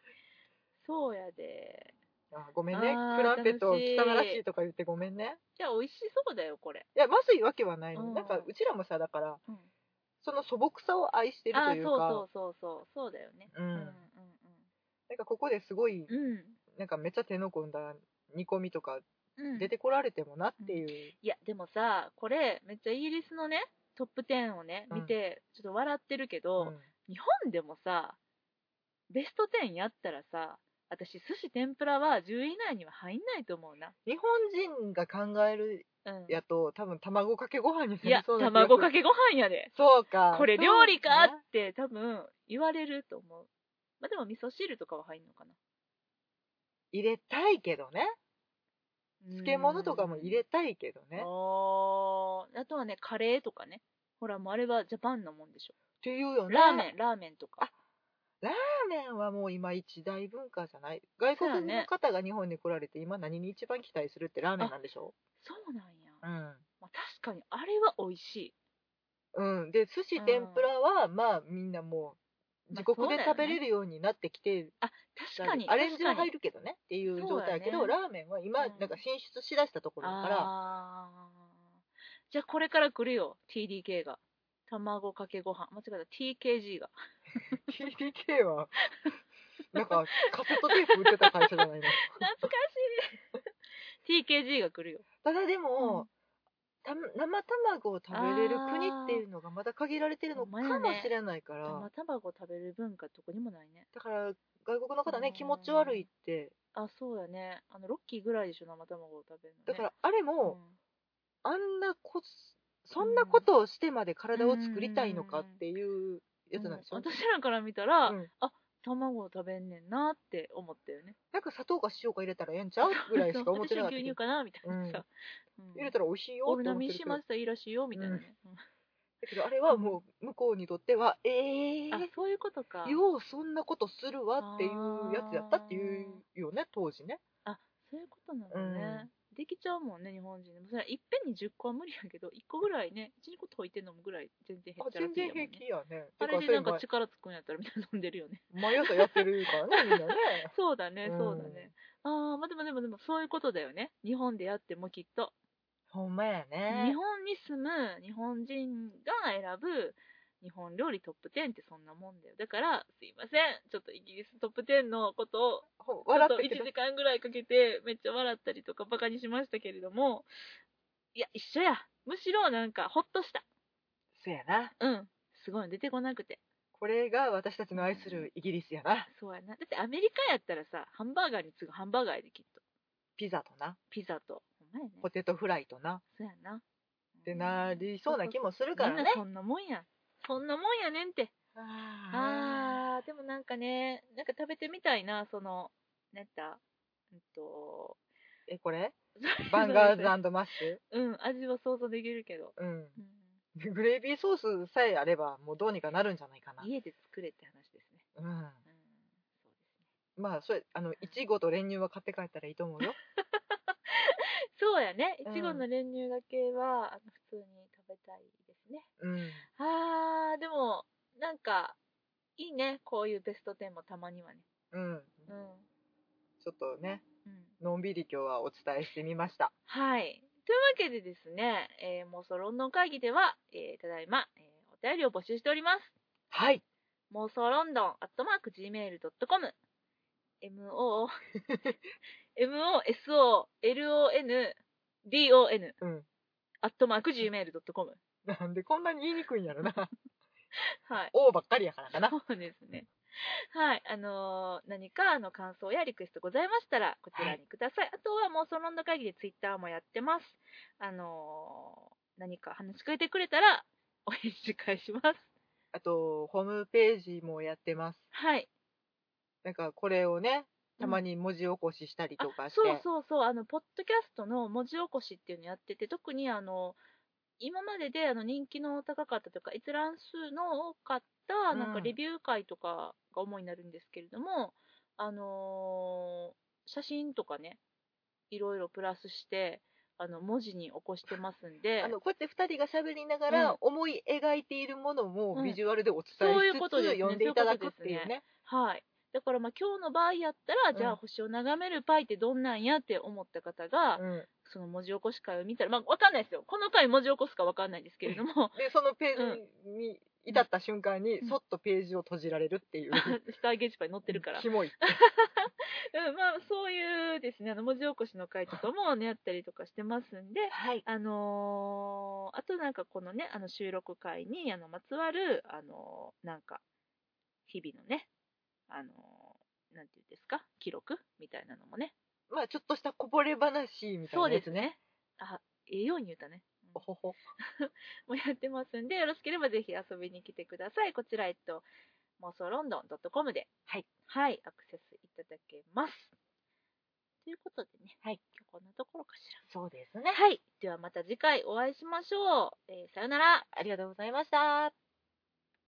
[SPEAKER 1] そうやで
[SPEAKER 2] あごめんね
[SPEAKER 1] あー
[SPEAKER 2] クランペット汚
[SPEAKER 1] 楽しい
[SPEAKER 2] らしいとか言ってごめんね
[SPEAKER 1] いや美味しそうだよこれ
[SPEAKER 2] いやまずいわけはないの、
[SPEAKER 1] うん
[SPEAKER 2] なんかうちらもさだから
[SPEAKER 1] うん
[SPEAKER 2] その素朴さを愛してると
[SPEAKER 1] あ
[SPEAKER 2] いう
[SPEAKER 1] そう
[SPEAKER 2] か
[SPEAKER 1] そうそうそうそうだよね
[SPEAKER 2] うん
[SPEAKER 1] うん
[SPEAKER 2] なんかここですごい
[SPEAKER 1] うんうん
[SPEAKER 2] なんかめっちゃ手の込んだ煮込みとか
[SPEAKER 1] うん
[SPEAKER 2] 出てこられてもなっていう、
[SPEAKER 1] いやでもさこれめっちゃイギリスのねトップ10をね
[SPEAKER 2] うん
[SPEAKER 1] 見てちょっと笑ってるけ
[SPEAKER 2] うん
[SPEAKER 1] ど、日本でもさベスト10やったらさ私寿司天ぷらは10位以内には入んないと思うな
[SPEAKER 2] 日本人が考える
[SPEAKER 1] うん
[SPEAKER 2] やと多分卵かけご飯にないり
[SPEAKER 1] や
[SPEAKER 2] そうな気がする
[SPEAKER 1] 卵かけご飯やで
[SPEAKER 2] そうか
[SPEAKER 1] これ料理かっ
[SPEAKER 2] そうね
[SPEAKER 1] て多分言われると思うまあでも味噌汁とかは入んのかな
[SPEAKER 2] 入れたいけどね漬物とかも入れたいけど
[SPEAKER 1] ね
[SPEAKER 2] ね
[SPEAKER 1] あ
[SPEAKER 2] っ
[SPEAKER 1] ーあとはねカレーとかねほらもうあれはジャパンのもんでしょ
[SPEAKER 2] ていうよね
[SPEAKER 1] ラーメンラーメンとか
[SPEAKER 2] ラーメンはもう今一大文化じゃない外
[SPEAKER 1] そうだ
[SPEAKER 2] 国
[SPEAKER 1] ね
[SPEAKER 2] の方が日本に来られて今何に一番期待するってラーメンなんでしょ
[SPEAKER 1] そうなんや、
[SPEAKER 2] うん
[SPEAKER 1] まあ、確かにあれは美味しい
[SPEAKER 2] うん、で寿司天ぷらは、まあみんなもう
[SPEAKER 1] まあ
[SPEAKER 2] 自国で
[SPEAKER 1] そうだ
[SPEAKER 2] 食べ
[SPEAKER 1] よね
[SPEAKER 2] れるようになってきて
[SPEAKER 1] 確かに
[SPEAKER 2] アレンジは
[SPEAKER 1] 確か
[SPEAKER 2] 入
[SPEAKER 1] に
[SPEAKER 2] るけどねっていう
[SPEAKER 1] そう
[SPEAKER 2] 状
[SPEAKER 1] だね
[SPEAKER 2] 態だけどラーメンは今、
[SPEAKER 1] うん
[SPEAKER 2] なんか進出しだしたところだから
[SPEAKER 1] あーじゃあこれから来るよ TDK が卵かけご飯間違えた TKG が
[SPEAKER 2] TDK はなんかカセットテープ売ってた会社じゃないの
[SPEAKER 1] 懐か しい TKG が来るよ
[SPEAKER 2] ただで
[SPEAKER 1] う
[SPEAKER 2] も
[SPEAKER 1] ん、
[SPEAKER 2] た生卵を食べれる国っていうのがまだ限られてるのか
[SPEAKER 1] ほんまや
[SPEAKER 2] も
[SPEAKER 1] ね
[SPEAKER 2] しれないから、
[SPEAKER 1] 生卵食べる文化どこにもないね
[SPEAKER 2] だから外国の方
[SPEAKER 1] う
[SPEAKER 2] ね
[SPEAKER 1] ん
[SPEAKER 2] 気持ち悪いって
[SPEAKER 1] あそうだねあのロッキーぐらいでしょ生卵を食べるの、
[SPEAKER 2] だ
[SPEAKER 1] ね、
[SPEAKER 2] からあれも、
[SPEAKER 1] うん
[SPEAKER 2] あんなこそんなことをしてまで体を作りたいのかっていうやつなんでしょ、
[SPEAKER 1] う
[SPEAKER 2] うん
[SPEAKER 1] 私らから見たら、
[SPEAKER 2] うん
[SPEAKER 1] 卵を食べんねんなって思ったよね
[SPEAKER 2] なんか砂糖か塩か入れたらええんちゃうぐらいしか思ってなかっ
[SPEAKER 1] そう私は牛
[SPEAKER 2] たけど
[SPEAKER 1] 乳かなみたいなさ、うん
[SPEAKER 2] 入れたら美味しいよ
[SPEAKER 1] オル
[SPEAKER 2] って
[SPEAKER 1] ナ
[SPEAKER 2] 思っ
[SPEAKER 1] ミ
[SPEAKER 2] てる
[SPEAKER 1] シ
[SPEAKER 2] け
[SPEAKER 1] マ
[SPEAKER 2] ど
[SPEAKER 1] スターいいらしいよみたいなね、
[SPEAKER 2] だけどあれはもう向こうにとっては、ええ
[SPEAKER 1] あそういうことか
[SPEAKER 2] ー、ようそんなことするわっていうやつやったっていうよね当時ね
[SPEAKER 1] あそういうことなのね、できちゃうもんね日本人でもそれはいっぺんに10個は無理やけど1個ぐらいね12個溶いて飲むぐらい全然減
[SPEAKER 2] あ
[SPEAKER 1] っちゃう
[SPEAKER 2] 全然平気やね
[SPEAKER 1] あ
[SPEAKER 2] て
[SPEAKER 1] れ
[SPEAKER 2] かそ
[SPEAKER 1] で
[SPEAKER 2] れ
[SPEAKER 1] なんか力つくんやったらみんな飲んでるよね
[SPEAKER 2] 毎朝やってるからねみんなね
[SPEAKER 1] そうだね
[SPEAKER 2] うん
[SPEAKER 1] そうだね、ああまあでもでもでもそういうことだよね日本でやってもきっと、
[SPEAKER 2] ほんまや
[SPEAKER 1] 日
[SPEAKER 2] ね
[SPEAKER 1] 本に住む日本人が選ぶ日本料理トップ10ってそんなもんだよだからすいませんちょっとイギリストップ10のことを
[SPEAKER 2] ほ
[SPEAKER 1] ちょっ
[SPEAKER 2] 笑
[SPEAKER 1] と
[SPEAKER 2] ったけど
[SPEAKER 1] 1時間ぐらいかけてめっちゃ笑ったりとかバカにしましたけれどもいや一緒やむしろなんかホッとした
[SPEAKER 2] そやな
[SPEAKER 1] うんすごいの出てこなくて
[SPEAKER 2] これが私たちの愛するイギリスやな
[SPEAKER 1] そうやなだってアメリカやったらさハンバーガーに次ぐハンバーガーやできっと
[SPEAKER 2] ピザとな
[SPEAKER 1] ピザとほんまやね
[SPEAKER 2] ポテトフライとな
[SPEAKER 1] そうやなっ
[SPEAKER 2] ってなりそうな気もするから
[SPEAKER 1] み
[SPEAKER 2] ね
[SPEAKER 1] んな。そんなもんやそんなもんやねんって
[SPEAKER 2] あ
[SPEAKER 1] あーでもなんかねなんか食べてみたいなそのなんだうんと
[SPEAKER 2] ーえ、これバンガーズマッシ
[SPEAKER 1] うん味は想像できるけど、
[SPEAKER 2] ュうん。
[SPEAKER 1] うん
[SPEAKER 2] グレービーソースさえあれば、もうどうにかなるんじゃないかな。
[SPEAKER 1] 家で作れって話ですね。
[SPEAKER 2] うん。
[SPEAKER 1] うん、そうですね。
[SPEAKER 2] まあ、それ、あの、いちごと練乳は買って帰ったらいいと思うよ。
[SPEAKER 1] そうやね。い
[SPEAKER 2] うん
[SPEAKER 1] ちごの練乳だけは、あの普通に食べたいですね。
[SPEAKER 2] うん
[SPEAKER 1] あー、でも、なんか、いいね。こういうベスト10もたまにはね。
[SPEAKER 2] う
[SPEAKER 1] う
[SPEAKER 2] ん
[SPEAKER 1] ん。
[SPEAKER 2] ちょっとね
[SPEAKER 1] うん。
[SPEAKER 2] のんびり今日はお伝えしてみました
[SPEAKER 1] はい。というわけでですね、えー、妄想論論会議では、えー、ただいま、えー、お便りを募集しております。
[SPEAKER 2] はい
[SPEAKER 1] 妄想ロンドン、アットマーク、gmail.com、mo, moso, lon, don,
[SPEAKER 2] うん
[SPEAKER 1] アットマーク、gmail.com。
[SPEAKER 2] なんでこんなに言いにくいんやろな
[SPEAKER 1] はい。
[SPEAKER 2] 王ばっかりやからかな
[SPEAKER 1] そうですね。はい。あのー何か、あの、感想やリクエストございましたら、こちらにください。あとは、妄想ロンド会議でツイッターもやってます。あのー何か話しかけてくれたら、お返事返します。
[SPEAKER 2] あとホームページもやってます
[SPEAKER 1] はい。
[SPEAKER 2] なんかこれをねたまに文字起こししたりとかして、
[SPEAKER 1] あそうそうそうあのポッドキャストの文字起こしっていうのやってて特にあの今までであの人気の高かったというか閲覧数の多かった
[SPEAKER 2] うん
[SPEAKER 1] なんかレビュー会とかが主になるんですけれども、あのー写真とかねいろいろプラスしてあの文字に起こしてますんで
[SPEAKER 2] あのこうやって2人が喋りなが
[SPEAKER 1] うん
[SPEAKER 2] ら思い描いているものも
[SPEAKER 1] うん
[SPEAKER 2] ビジュアルでお伝えしつつ、
[SPEAKER 1] そういうことですね
[SPEAKER 2] 読んでいただくっていうね
[SPEAKER 1] はい。だからまあ今日の場合やったら、
[SPEAKER 2] うん
[SPEAKER 1] じゃあ星を眺めるパイってどんなんやって思った方が、
[SPEAKER 2] うん
[SPEAKER 1] その文字起こし会を見たら、まあ、わかんないですよ。この回文字起こすかわかんないですけれども、
[SPEAKER 2] でそのページに至った瞬間に、
[SPEAKER 1] うん
[SPEAKER 2] そっとページを閉じられるっていう、
[SPEAKER 1] スターゲージパイ載ってるから。
[SPEAKER 2] キモい
[SPEAKER 1] うん、まあ、そういうですね、あの、文字起こしの回とかもね、やったりとかしてますんで、
[SPEAKER 2] はい
[SPEAKER 1] あのーあとなんかこのね、あの、収録回に、あの、まつわる、あのーなんか、日々のね、あのーなんていうんですか、記録みたいなのもね、
[SPEAKER 2] まあちょっとしたこぼれ話みたい
[SPEAKER 1] そう
[SPEAKER 2] なや
[SPEAKER 1] です
[SPEAKER 2] つね
[SPEAKER 1] ね。あ、ええように言うたね。
[SPEAKER 2] おほほ
[SPEAKER 1] もやってますんで、よろしければぜひ遊びに来てください。こちら、えっと、妄想ロンドン .com で、
[SPEAKER 2] はい。
[SPEAKER 1] はい、アクセスいただけます。ということでね、
[SPEAKER 2] はい。
[SPEAKER 1] 今日こんなところかし
[SPEAKER 2] そうです
[SPEAKER 1] ら。
[SPEAKER 2] ね
[SPEAKER 1] はい。ではまた次回お会いしましょう。えーさよなら。
[SPEAKER 2] ありがとうございました